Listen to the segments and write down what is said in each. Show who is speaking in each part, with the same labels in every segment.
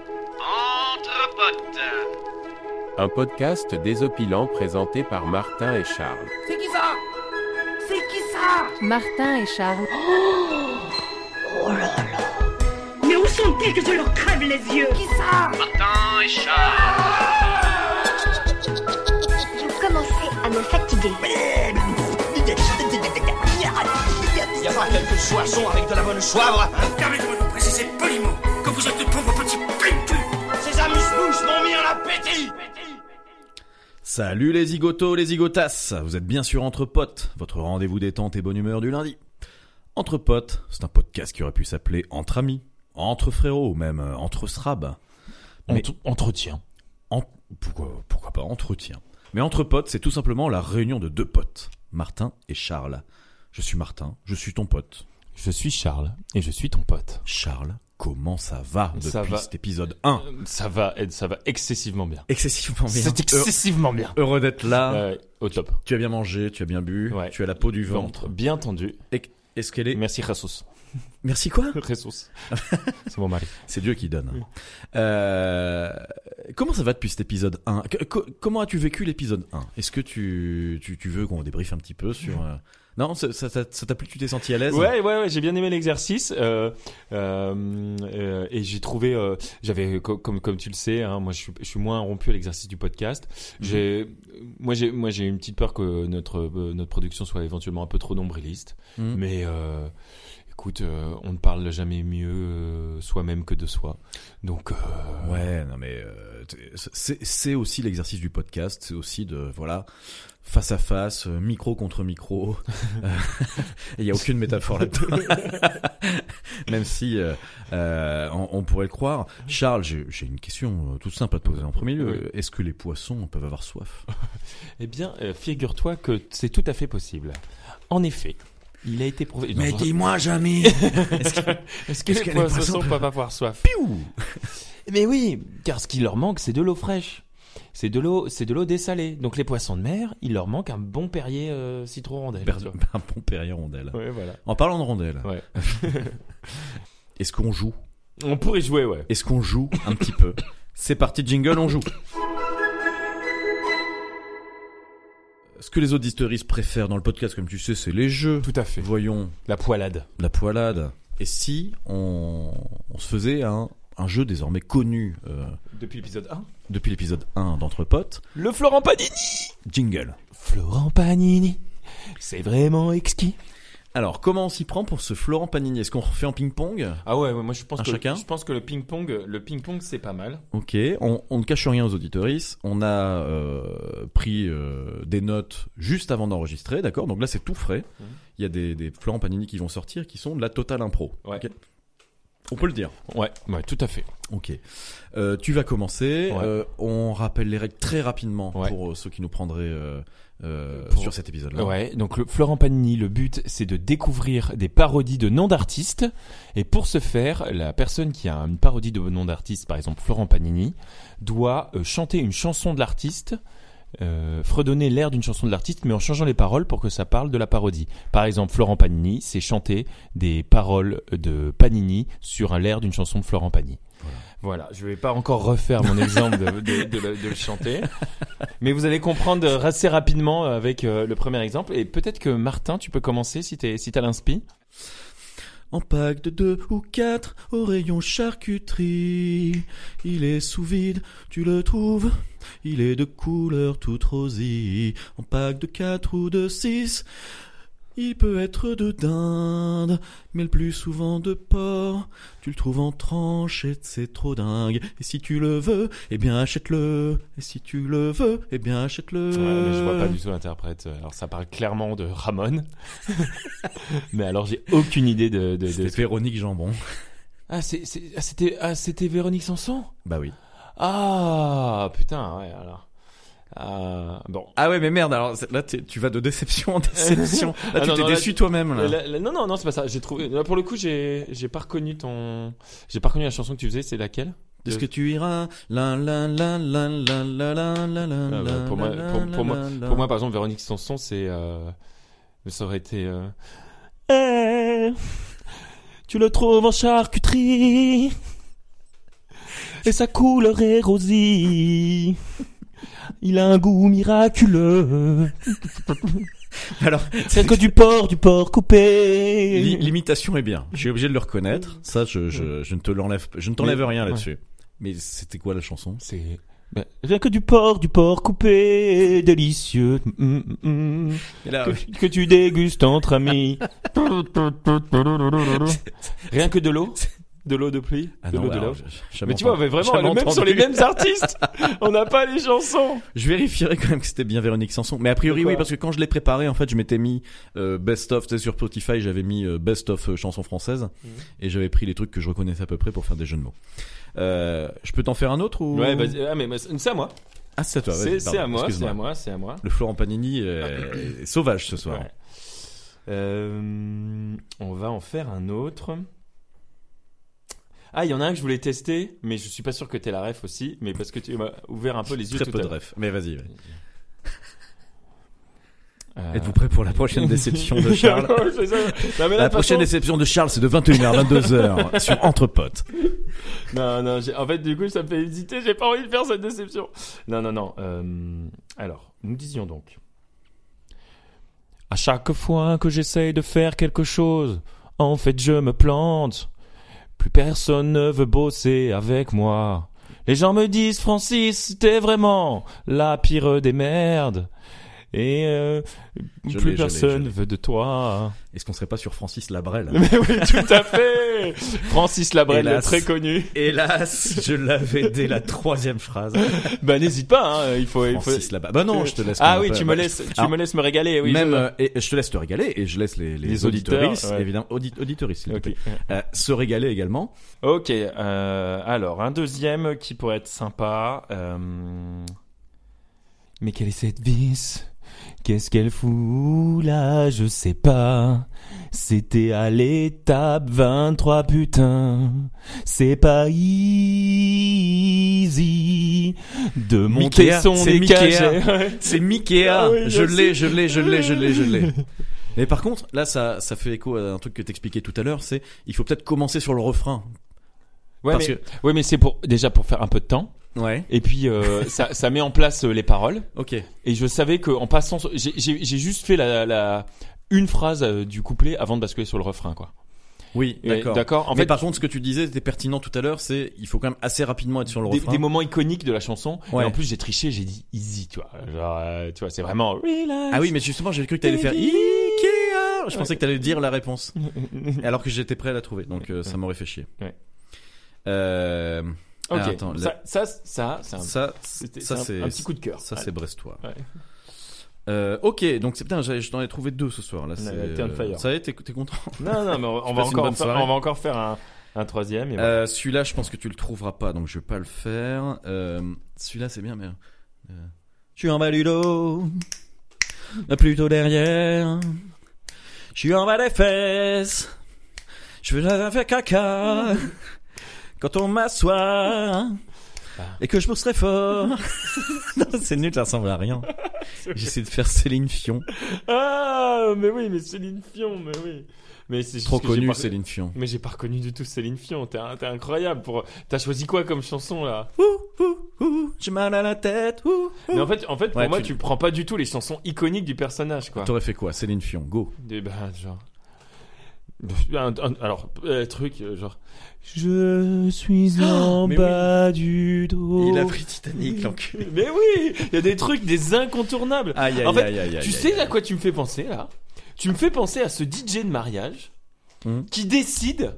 Speaker 1: Entre potes.
Speaker 2: Un podcast désopilant présenté par Martin et Charles.
Speaker 3: C'est qui ça C'est qui ça
Speaker 4: Martin et Charles.
Speaker 5: Mais où sont-ils que je leur crève les yeux
Speaker 3: Qui ça
Speaker 1: Martin et Charles.
Speaker 6: Vous commencez à me fatiguer.
Speaker 7: Il a pas quelques soissons avec de la bonne soivre
Speaker 5: Permettez-moi de vous préciser poliment que vous êtes de pauvres petits plintus
Speaker 7: Ces amuse-bouches m'ont mis en appétit
Speaker 8: Salut les zigotos, les zigotas Vous êtes bien sûr entre potes, votre rendez-vous détente et bonne humeur du lundi. Entre potes, c'est un podcast qui aurait pu s'appeler Entre amis, Entre frérots, ou même euh, Entre srab. Mais-
Speaker 9: entretien.
Speaker 8: En- Pourquoi, pourquoi pas Entretien. Mais Entre potes, c'est tout simplement la réunion de deux potes, Martin et Charles. Je suis Martin, je suis ton pote.
Speaker 9: Je suis Charles et je suis ton pote.
Speaker 8: Charles, comment ça va depuis
Speaker 9: Ça va.
Speaker 8: cet épisode 1
Speaker 9: Euh, Ça va, Ed, ça va excessivement bien. Euh,
Speaker 8: Excessivement
Speaker 9: C'est excessivement bien.
Speaker 8: Heureux d'être là.
Speaker 9: Euh, au top.
Speaker 8: Tu as bien mangé, tu as bien bu,
Speaker 9: Ouais.
Speaker 8: tu as la peau du ventre.
Speaker 9: Bien tendu.
Speaker 8: Est-ce qu'elle est...
Speaker 9: Merci, Ressource.
Speaker 8: Merci quoi
Speaker 9: Ressource. C'est mon mari.
Speaker 8: C'est Dieu qui donne. Euh, comment ça va depuis cet épisode 1 Que- co- Comment as-tu vécu l'épisode 1 Est-ce que tu, tu, tu veux qu'on débriefe un petit peu sur... euh, Non, ça ça- ça- ça t'a plu Tu t'es senti à l'aise
Speaker 9: Ouais, ouais, ouais, j'ai bien aimé l'exercice euh, euh, euh, et j'ai trouvé, euh, j'avais co- comme comme tu le sais, hein, moi je suis, je suis moins rompu à l'exercice du podcast. J'ai, moi j'ai, moi j'ai une petite peur que notre euh, notre production soit éventuellement un peu trop nombriliste,
Speaker 8: Mhm.
Speaker 9: mais euh, écoute, euh, on ne parle jamais mieux euh, soi-même que de soi, donc. euh,
Speaker 8: Ouais, non mais euh, t'es- c'est c'est aussi l'exercice du podcast, c'est aussi de voilà face à face, euh, micro contre micro. Euh, Il y a aucune métaphore là-dedans, même si euh, euh, on, on pourrait le croire. Charles, j'ai j'ai une question euh, toute simple à te poser en premier lieu.
Speaker 9: Oui.
Speaker 8: Est-ce que les poissons peuvent avoir soif
Speaker 9: Eh bien, euh, figure-toi que t- c'est tout à fait possible. En effet, il a été prouvé. Dans-
Speaker 8: dis-moi jamais.
Speaker 9: Est-ce que
Speaker 8: est-ce
Speaker 9: les
Speaker 8: que les
Speaker 9: poissons
Speaker 8: poissons
Speaker 9: peuvent avoir soif Mais oui, car ce qui leur manque, c'est de l'eau fraîche. C'est de l'eau, c'est de l'eau dessalée. Donc les poissons de mer, il leur manque un bon Perrier euh, citron rondelle. tu vois.
Speaker 8: Un bon Perrier rondelle.
Speaker 9: Ouais, voilà.
Speaker 8: En parlant de rondelle,
Speaker 9: Ouais.
Speaker 8: est-ce qu'on joue
Speaker 9: On pourrait jouer, ouais.
Speaker 8: Est-ce qu'on joue un petit peu C'est parti, jingle, on joue. Ce que les autres historistes préfèrent dans le podcast, comme tu sais, c'est les jeux.
Speaker 9: Tout à fait.
Speaker 8: Voyons
Speaker 9: La poilade.
Speaker 8: la poilade. Et si on, on se faisait un, un jeu désormais connu euh,
Speaker 9: Depuis l'épisode 1.
Speaker 8: depuis l'épisode 1 d'Entre Potes,
Speaker 9: Le Florent Panini.
Speaker 8: jingle.
Speaker 9: Florent Panini, c'est vraiment exquis.
Speaker 8: Alors, comment on s'y prend pour ce Florent Panini Est-ce qu'on refait en ping-pong
Speaker 9: Ah ouais, ouais, moi je pense
Speaker 8: Un
Speaker 9: que
Speaker 8: chacun
Speaker 9: je pense que le ping pong, le ping pong c'est pas mal.
Speaker 8: Ok, on, on ne cache rien aux auditoristes. On a euh, pris euh, des notes juste avant d'enregistrer, d'accord Donc là, c'est tout frais.
Speaker 9: Mhm.
Speaker 8: Il y a des, des Florent Panini qui vont sortir qui sont de la totale impro.
Speaker 9: Ouais.
Speaker 8: ok on peut le dire.
Speaker 9: Ouais, ouais, tout à fait.
Speaker 8: Ok. Euh, tu vas commencer.
Speaker 9: Ouais.
Speaker 8: Euh, on rappelle les règles très rapidement
Speaker 9: Ouais.
Speaker 8: pour euh, ceux qui nous prendraient euh, euh,
Speaker 9: Pour-
Speaker 8: sur cet épisode-là.
Speaker 9: Ouais, donc le Florent Panini, le but c'est de découvrir des parodies de noms d'artistes. Et pour ce faire, la personne qui a une parodie de nom d'artiste, par exemple Florent Panini, doit euh, chanter une chanson de l'artiste, euh, fredonner l'air d'une chanson de l'artiste, mais en changeant les paroles pour que ça parle de la parodie. Par exemple, Florent Panini, c'est chanter des paroles de Panini sur un- l'air d'une chanson de Florent Panini. Voilà, je vais pas encore refaire mon exemple de, de- de le, de le chanter, mais vous allez comprendre euh, assez rapidement avec euh, le premier exemple. Et peut-être que Martin, tu peux commencer si t'es si t'as l'inspi.
Speaker 8: En pack de deux ou quatre au rayon charcuterie. Il est sous vide, tu le trouves. Il est de couleur toute rosie. En pack de quatre ou de six. Il peut être de dinde, mais le plus souvent de porc. Tu le trouves en tranchette, c'est trop dingue. Et si tu le veux, eh bien achète-le. Et si tu le veux, eh bien achète-le.
Speaker 9: Ouais, mais je vois pas du tout l'interprète. Alors ça parle clairement de Ramon, mais alors j'ai aucune idée de. de, de...
Speaker 8: Véronique Jambon.
Speaker 9: Ah c'est- c'est- ah, c'était ah, c'était Véronique Sanson.
Speaker 8: Bah oui.
Speaker 9: Ah putain ouais alors. Ah, bon.
Speaker 8: Ah ouais, mais merde, alors là, t'es- tu vas de déception en déception. Là,
Speaker 9: Ah
Speaker 8: tu
Speaker 9: non,
Speaker 8: t'es
Speaker 9: non, là,
Speaker 8: déçu toi-même, là.
Speaker 9: La- la- non non non c'est pas ça. J'ai trouvé. Là, pour le coup j'ai j'ai pas reconnu ton j'ai pas reconnu la chanson que tu faisais. C'est laquelle
Speaker 8: Est-ce que tu iras la la la la la la la la la
Speaker 9: Ah, bah,
Speaker 8: la
Speaker 9: pour moi-
Speaker 8: la
Speaker 9: pour-
Speaker 8: la
Speaker 9: pour moi-
Speaker 8: la la.
Speaker 9: Pour moi, par exemple, Véronique Sanson, c'est. euh, ça aurait été. euh, Eh, tu le trouves en charcuterie. et sa couleur est rosée. Il a un goût miraculeux.
Speaker 8: Alors,
Speaker 9: C'est que du porc, du porc coupé.
Speaker 8: Li- L'imitation est bien. Je suis obligé de le reconnaître. Ça, je, je, je ne te l'enlève, je ne t'enlève
Speaker 9: Mais-
Speaker 8: rien
Speaker 9: ouais.
Speaker 8: là-dessus. Mais c'était quoi la chanson
Speaker 9: C'est Ben, rien que du porc, du porc coupé, délicieux, Mm, mm, mm.
Speaker 8: Et là,
Speaker 9: que, que tu dégustes entre amis. rien que de l'eau, de l'eau de pluie,
Speaker 8: ah
Speaker 9: de
Speaker 8: non,
Speaker 9: l'eau de
Speaker 8: alors,
Speaker 9: l'eau.
Speaker 8: je- je- jamais
Speaker 9: Mais tu vois,
Speaker 8: entendu-
Speaker 9: mais vraiment,
Speaker 8: jamais
Speaker 9: on est même
Speaker 8: entendu.
Speaker 9: sur les mêmes artistes. On n'a pas les chansons.
Speaker 8: Je vérifierai quand même que c'était bien Véronique Sanson. Mais a priori,
Speaker 9: Pourquoi
Speaker 8: oui, parce que quand je l'ai préparé, en fait, je m'étais mis euh, best of. Tu sais, sur Spotify, j'avais mis euh, best of euh, chansons françaises
Speaker 9: Mm.
Speaker 8: et j'avais pris les trucs que je reconnaissais à peu près pour faire des jeux de mots. Euh, je peux t'en faire un autre ou
Speaker 9: Ouais, vas-y. Ah, mais mais c'est c'est à moi.
Speaker 8: Ah, c'est à toi. vas-y,
Speaker 9: C'est c'est
Speaker 8: pardon,
Speaker 9: à moi. C'est
Speaker 8: excuse-moi.
Speaker 9: à moi. C'est à moi.
Speaker 8: Le Florent Panini est, est sauvage ce soir.
Speaker 9: Ouais. Euh, on va en faire un autre. Ah, il y en a un que je voulais tester, mais je suis pas sûr que t'aies la ref aussi, mais parce que tu m'as ouvert un peu les yeux
Speaker 8: Très
Speaker 9: tout
Speaker 8: peu
Speaker 9: à
Speaker 8: de
Speaker 9: l'heure.
Speaker 8: ref. Mais vas-y. vas-y.
Speaker 9: Euh,
Speaker 8: Êtes-vous prêt pour la prochaine déception de Charles
Speaker 9: C'est ça.
Speaker 8: La
Speaker 9: Non, mais là, de toute façon-
Speaker 8: prochaine déception de Charles, c'est de 21h à 22h sur Entre Potes.
Speaker 9: Non, non, j'ai- en fait, du coup, ça me fait hésiter, j'ai pas envie de faire cette déception. Non, non, non. euh, Alors, nous disions donc. À chaque fois que j'essaye de faire quelque chose, en fait, je me plante. Plus personne ne veut bosser avec moi. Les gens me disent, Francis, t'es vraiment la pire des merdes. Et euh,
Speaker 8: Je l'ai, je
Speaker 9: plus
Speaker 8: l'ai, je
Speaker 9: personne
Speaker 8: l'ai.
Speaker 9: veut de toi.
Speaker 8: Est-ce qu'on serait pas sur Francis Labrel
Speaker 9: Mais oui, tout à fait. Francis Labrel,
Speaker 8: Hélas.
Speaker 9: très connu.
Speaker 8: Hélas, je l'avais dès la troisième phrase.
Speaker 9: Bah n'hésite pas, hein, il faut. il faut-
Speaker 8: Francis Labrel. Bah non, je te laisse.
Speaker 9: Ah
Speaker 8: quand
Speaker 9: oui,
Speaker 8: même
Speaker 9: tu
Speaker 8: pas.
Speaker 9: me laisses, tu
Speaker 8: Alors,
Speaker 9: me laisses me régaler. Oui,
Speaker 8: Même,
Speaker 9: je-
Speaker 8: euh, et je te laisse te régaler et je laisse les, les,
Speaker 9: Les auditeurs,
Speaker 8: auditeuristes,
Speaker 9: ouais.
Speaker 8: évidemment, audi- auditeuristes, s'il te
Speaker 9: Ok.
Speaker 8: plaît, euh, se régaler également.
Speaker 9: Ok. euh, alors un deuxième qui pourrait être sympa. euh, Mais quelle est cette vis Qu'est-ce qu'elle fout là Je sais pas. C'était à l'étape 23, putain. C'est pas easy de monter
Speaker 8: Mickey,
Speaker 9: son
Speaker 8: c'est Mickey.
Speaker 9: décalage.
Speaker 8: C'est Mickey,
Speaker 9: Ah oui,
Speaker 8: je
Speaker 9: je
Speaker 8: l'ai, je l'ai, je l'ai, je l'ai, je l'ai. Mais par contre, là, ça, ça fait écho à un truc que t'expliquais tout à l'heure, c'est il faut peut-être commencer sur le refrain.
Speaker 9: Ouais,
Speaker 8: parce
Speaker 9: mais, ouais, mais c'est pour déjà pour faire un peu de temps.
Speaker 8: que... ouais,
Speaker 9: Et puis euh, ça, ça met en place euh, les paroles.
Speaker 8: ok.
Speaker 9: Et je savais que en passant, sur- j'ai- j'ai j'ai juste fait la, la une phrase euh, du couplet avant de basculer sur le refrain, quoi.
Speaker 8: Oui,
Speaker 9: Et-
Speaker 8: d'accord.
Speaker 9: D'accord. En
Speaker 8: mais
Speaker 9: fait,
Speaker 8: par contre, ce que tu disais était pertinent tout à l'heure, c'est il faut quand même assez rapidement être sur le
Speaker 9: des,
Speaker 8: refrain.
Speaker 9: des moments iconiques de la chanson.
Speaker 8: Ouais.
Speaker 9: Et en plus, j'ai triché, j'ai dit easy, tu vois. Genre, euh, tu vois, c'est vraiment. Relax.
Speaker 8: Ah oui, mais justement, j'ai cru que t'allais faire
Speaker 9: Baby.
Speaker 8: Ikea. Je pensais que t'allais dire la réponse, alors que j'étais prêt à la trouver, donc euh, ça m'aurait fait chier.
Speaker 9: Ouais.
Speaker 8: Euh,
Speaker 9: Ok.
Speaker 8: Ah, attends,
Speaker 9: ça, ça, ça, c'est un,
Speaker 8: ça,
Speaker 9: c'était-
Speaker 8: ça
Speaker 9: c'est
Speaker 8: c'est
Speaker 9: un, un petit coup de cœur.
Speaker 8: ça c'est brestois.
Speaker 9: Ouais.
Speaker 8: Euh, ok, donc c'est putain, j'ai- je t'en ai trouvé deux ce soir là.
Speaker 9: On
Speaker 8: c'est- euh,
Speaker 9: a été on fire.
Speaker 8: Ça y est, t'es t'es content.
Speaker 9: Non, non, mais on, on va
Speaker 8: passe une bonne
Speaker 9: encore, faire-
Speaker 8: soirée.
Speaker 9: on va encore faire un, un troisième. Et bah, voilà.
Speaker 8: Euh, celui-là, je pense que tu le trouveras pas, donc je vais pas le faire. Euh, celui-là, c'est bien, mais. euh, Je suis en bas du dos, plutôt derrière. Je suis en bas des fesses. Je veux jamais faire caca. Quand on m'assoit. Et que je pousse très fort. Ah. Non, c'est nul, ça ressemble à rien. J'essaie de faire Céline Fion.
Speaker 9: Ah, mais oui, mais Céline Fion, mais oui. Mais c'est juste
Speaker 8: Trop
Speaker 9: que j'ai
Speaker 8: connue,
Speaker 9: pas-
Speaker 8: Céline Fion.
Speaker 9: Mais j'ai pas reconnu du tout Céline Fion, t'es t'es incroyable pour... T'as choisi quoi comme chanson là
Speaker 8: Ouh, ouh, ouh, j'ai mal à la tête. Ouh, ouh.
Speaker 9: Mais en fait, en fait pour
Speaker 8: Ouais,
Speaker 9: moi,
Speaker 8: tu-
Speaker 9: tu... prends pas du tout les chansons iconiques du personnage quoi.
Speaker 8: T'aurais fait quoi, Céline Fion Go.
Speaker 9: Des- bah, genre... Un- un- alors, euh, truc euh, genre... Ah, Je suis en
Speaker 8: mais
Speaker 9: bas du dos.
Speaker 8: Titanic, l'enculé.
Speaker 9: Mais oui, il y a des trucs, des incontournables.
Speaker 8: Aïe, aïe,
Speaker 9: En fait,
Speaker 8: aïe, aïe, aïe,
Speaker 9: tu
Speaker 8: aïe,
Speaker 9: sais
Speaker 8: aïe.
Speaker 9: à quoi tu me fais penser là Tu me fais penser à ce DJ de mariage
Speaker 8: Mhm.
Speaker 9: qui décide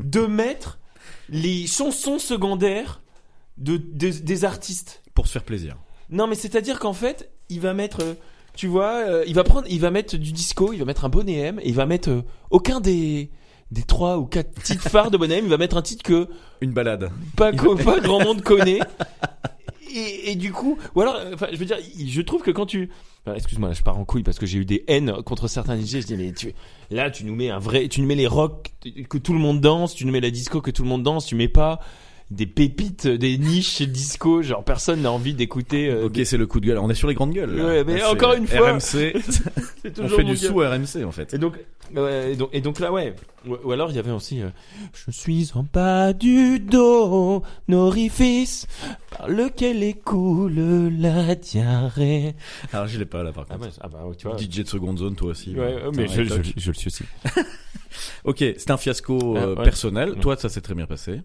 Speaker 9: de mettre les chansons secondaires de, des- des artistes.
Speaker 8: Pour se faire plaisir.
Speaker 9: Non, mais c'est-à-dire qu'en fait, il va mettre, euh, tu vois, euh, il va prendre, il va mettre du disco, il va mettre un bon EM et il va mettre euh, aucun des des trois ou quatre titres phares de bon EM, il va mettre un titre que
Speaker 8: Une balade.
Speaker 9: pas, co- pas grand monde connaît. Et, et du coup, ou alors, euh, enfin, je veux dire, il- je trouve que quand tu, Enfin, excuse-moi, là, je pars en couille parce que j'ai eu des haines contre certains DJ. Je dis mais tu, là, tu nous mets un vrai, tu nous mets les rock que tout le monde danse, tu nous mets la disco que tout le monde danse, tu mets pas des pépites, des niches disco, genre personne n'a envie d'écouter. euh,
Speaker 8: Ok, c'est le coup de gueule. On est sur les grandes gueules. là.
Speaker 9: Ouais, mais
Speaker 8: C'est
Speaker 9: encore une fois,
Speaker 8: RMC,
Speaker 9: c'est
Speaker 8: on
Speaker 9: toujours
Speaker 8: fait
Speaker 9: mon
Speaker 8: du
Speaker 9: gars.
Speaker 8: sous RMC en fait.
Speaker 9: Et donc, ouais, et donc, et donc là, ouais. Ou, ou alors, il y avait aussi euh, Je suis en bas du dos, un orifice par lequel écoule la diarrhée.
Speaker 8: Alors je l'ai pas là par
Speaker 9: Ah,
Speaker 8: contre.
Speaker 9: ouais, ah bah, ouais, tu vois.
Speaker 8: DJ de seconde zone, toi aussi. euh,
Speaker 9: Ouais, ouais,
Speaker 8: Putain,
Speaker 9: mais je,
Speaker 8: et toc.
Speaker 9: je- je le suis aussi.
Speaker 8: Ok, c'est un fiasco euh,
Speaker 9: Ah, ouais.
Speaker 8: personnel.
Speaker 9: Mm.
Speaker 8: Toi, ça s'est très bien passé.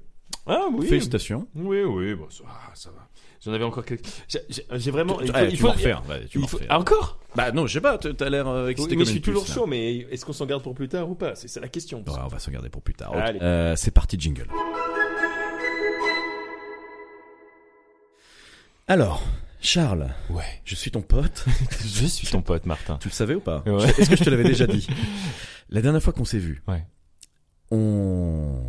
Speaker 9: Ah oui.
Speaker 8: Félicitations.
Speaker 9: Oui, oui, bon, ça, va, ça va. J'en avais encore quelques. J'ai- J'ai j'ai vraiment.
Speaker 8: Tu-
Speaker 9: il faut-
Speaker 8: eh,
Speaker 9: il
Speaker 8: tu
Speaker 9: faut-
Speaker 8: m'en refaires. vas-y, tu
Speaker 9: il
Speaker 8: m'en
Speaker 9: faut-
Speaker 8: refaires.
Speaker 9: Ah, encore
Speaker 8: Bah non, je sais pas. t- T'as l'air euh, excité.
Speaker 9: Oui,
Speaker 8: comme
Speaker 9: mais je suis
Speaker 8: une puce,
Speaker 9: toujours
Speaker 8: là.
Speaker 9: chaud, mais est-ce qu'on s'en garde pour plus tard ou pas C'est ça la question.
Speaker 8: Ouais, on va se regarder pour plus tard. Ok.
Speaker 9: Allez.
Speaker 8: Euh, c'est parti, jingle. Alors, Charles,
Speaker 9: Ouais.
Speaker 8: je suis ton pote.
Speaker 9: Je suis ton pote, Martin.
Speaker 8: tu le savais ou pas
Speaker 9: Ouais.
Speaker 8: Est-ce que je te l'avais déjà dit La dernière fois qu'on s'est vu,
Speaker 9: Ouais.
Speaker 8: on...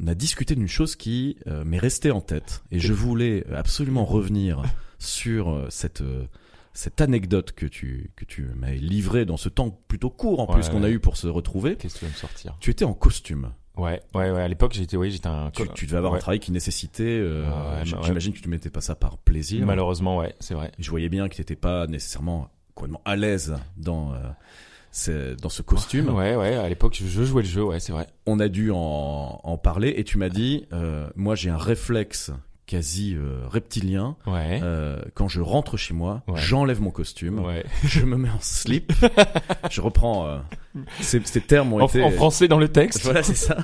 Speaker 8: on a discuté d'une chose qui euh, m'est restée en tête. Et je voulais absolument revenir sur euh, cette... euh, cette anecdote que tu, que tu m'as livrée dans ce temps plutôt court en
Speaker 9: Ouais,
Speaker 8: plus qu'on a
Speaker 9: ouais.
Speaker 8: eu pour se retrouver,
Speaker 9: Qu'est-ce que tu vas me sortir
Speaker 8: tu étais en costume.
Speaker 9: Ouais, ouais, ouais. À l'époque, j'étais, oui, j'étais un.
Speaker 8: Tu, tu devais avoir un
Speaker 9: Ouais.
Speaker 8: travail qui nécessitait. euh,
Speaker 9: Ah ouais,
Speaker 8: j-
Speaker 9: bah ouais.
Speaker 8: J'imagine que tu mettais pas ça par
Speaker 9: hein
Speaker 8: plaisir.
Speaker 9: Malheureusement, ouais, c'est vrai.
Speaker 8: Je voyais bien que t'étais pas nécessairement complètement à l'aise dans euh, ce, dans ce costume.
Speaker 9: Ouais, ouais. À l'époque, je, je jouais le jeu, ouais, c'est vrai.
Speaker 8: On a dû en, en parler et tu m'as dit, euh, moi j'ai un réflexe quasi euh, reptilien.
Speaker 9: Ouais.
Speaker 8: Euh, quand je rentre chez moi,
Speaker 9: Ouais.
Speaker 8: j'enlève mon costume,
Speaker 9: ouais.
Speaker 8: je me mets en slip, je reprends. euh, ces, ces termes ont
Speaker 9: En,
Speaker 8: été
Speaker 9: en français dans le texte.
Speaker 8: Voilà, c'est ça.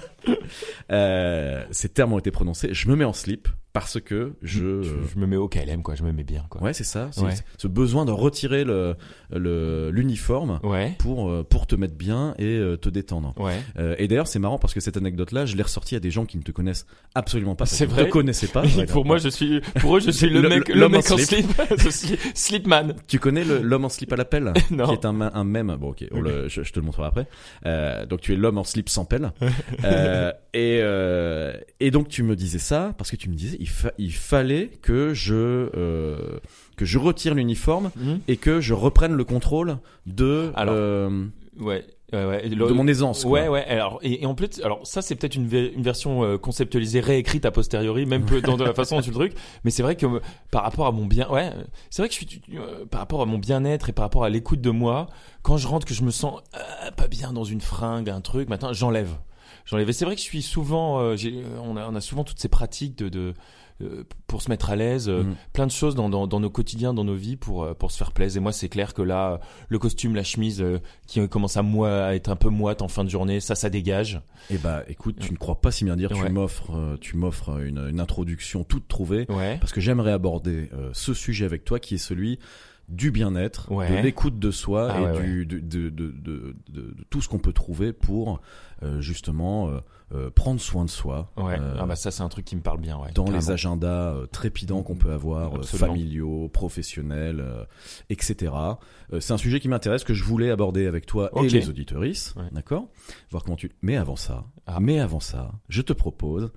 Speaker 8: Euh, ces termes ont été prononcés. Je me mets en slip parce que je.
Speaker 9: Je, je me mets au KLM, quoi. Je me mets bien, quoi.
Speaker 8: Ouais, c'est ça. c'est-
Speaker 9: Ouais.
Speaker 8: c'est Ce besoin de retirer le le- l'uniforme
Speaker 9: Ouais.
Speaker 8: pour euh, pour te mettre bien et euh, te détendre.
Speaker 9: Ouais.
Speaker 8: Euh, et d'ailleurs, c'est marrant parce que cette anecdote-là, je l'ai ressortie à des gens qui ne te connaissent absolument pas.
Speaker 9: C'est
Speaker 8: Te
Speaker 9: vrai
Speaker 8: connaissaient pas. Ouais,
Speaker 9: pour moi, je suis, pour eux, je suis le,
Speaker 8: Le-
Speaker 9: mec, le
Speaker 8: l'homme en
Speaker 9: mec en slip, Je suis slipman.
Speaker 8: Tu connais le- l'homme en slip à la pelle
Speaker 9: Non.
Speaker 8: Qui est un, ma- un mème. Bon, ok, on le- je, je te le montrerai après. Euh, donc, tu es l'homme en slip sans pelle. Euh, et, euh, et donc, tu me disais ça parce que tu me disais il, fa- il fallait que je, euh, que je retire l'uniforme
Speaker 9: Mhm.
Speaker 8: et que je reprenne le contrôle de,
Speaker 9: Alors,
Speaker 8: euh,
Speaker 9: Ouais. Ouais, ouais. Et
Speaker 8: de
Speaker 9: le-
Speaker 8: mon aisance. quoi.
Speaker 9: Ouais, ouais. Alors, et, et en plus, alors ça, c'est peut-être une, ve- une version euh, conceptualisée, réécrite a posteriori, même peu dans de la façon dont tu le truc. Mais c'est vrai que euh, par rapport à mon bien, ouais, euh, c'est vrai que je suis euh, par rapport à mon bien-être et par rapport à l'écoute de moi, quand je rentre, que je me sens euh, pas bien dans une fringue, un truc, maintenant, j'enlève. J'enlève. Et c'est vrai que je suis souvent, euh, j'ai- euh, on, a, on a souvent toutes ces pratiques de. de euh, pour se mettre à l'aise, euh,
Speaker 8: Mm.
Speaker 9: plein de choses dans, dans, dans nos quotidiens, dans nos vies, pour, euh, pour se faire plaisir. Et moi, c'est clair que là, euh, le costume, la chemise, euh, qui commence à, moi, à être un peu moite en fin de journée, ça, ça dégage.
Speaker 8: Eh bah, écoute, tu ne crois pas si bien dire.
Speaker 9: Ouais.
Speaker 8: Tu m'offres, euh, tu m'offres une, une introduction toute trouvée.
Speaker 9: Ouais.
Speaker 8: parce que j'aimerais aborder euh, ce sujet avec toi qui est celui du bien-être,
Speaker 9: Ouais.
Speaker 8: de l'écoute de soi
Speaker 9: Ah
Speaker 8: et
Speaker 9: ouais,
Speaker 8: du, de, de, de, de- de- de tout ce qu'on peut trouver pour euh, justement euh, euh, prendre soin de soi
Speaker 9: Ouais.
Speaker 8: euh,
Speaker 9: ah bah ça, c'est un truc qui me parle bien, ouais.
Speaker 8: dans les
Speaker 9: Carrément.
Speaker 8: agendas euh, trépidants qu'on peut avoir, euh,
Speaker 9: Absolument.
Speaker 8: familiaux, professionnels, euh, etc. Euh, C'est un sujet qui m'intéresse que je voulais aborder avec toi
Speaker 9: Ok.
Speaker 8: et les auditorices,
Speaker 9: Ouais.
Speaker 8: d'accord Voir comment tu. Mais avant ça,
Speaker 9: Ah.
Speaker 8: mais avant ça, je te propose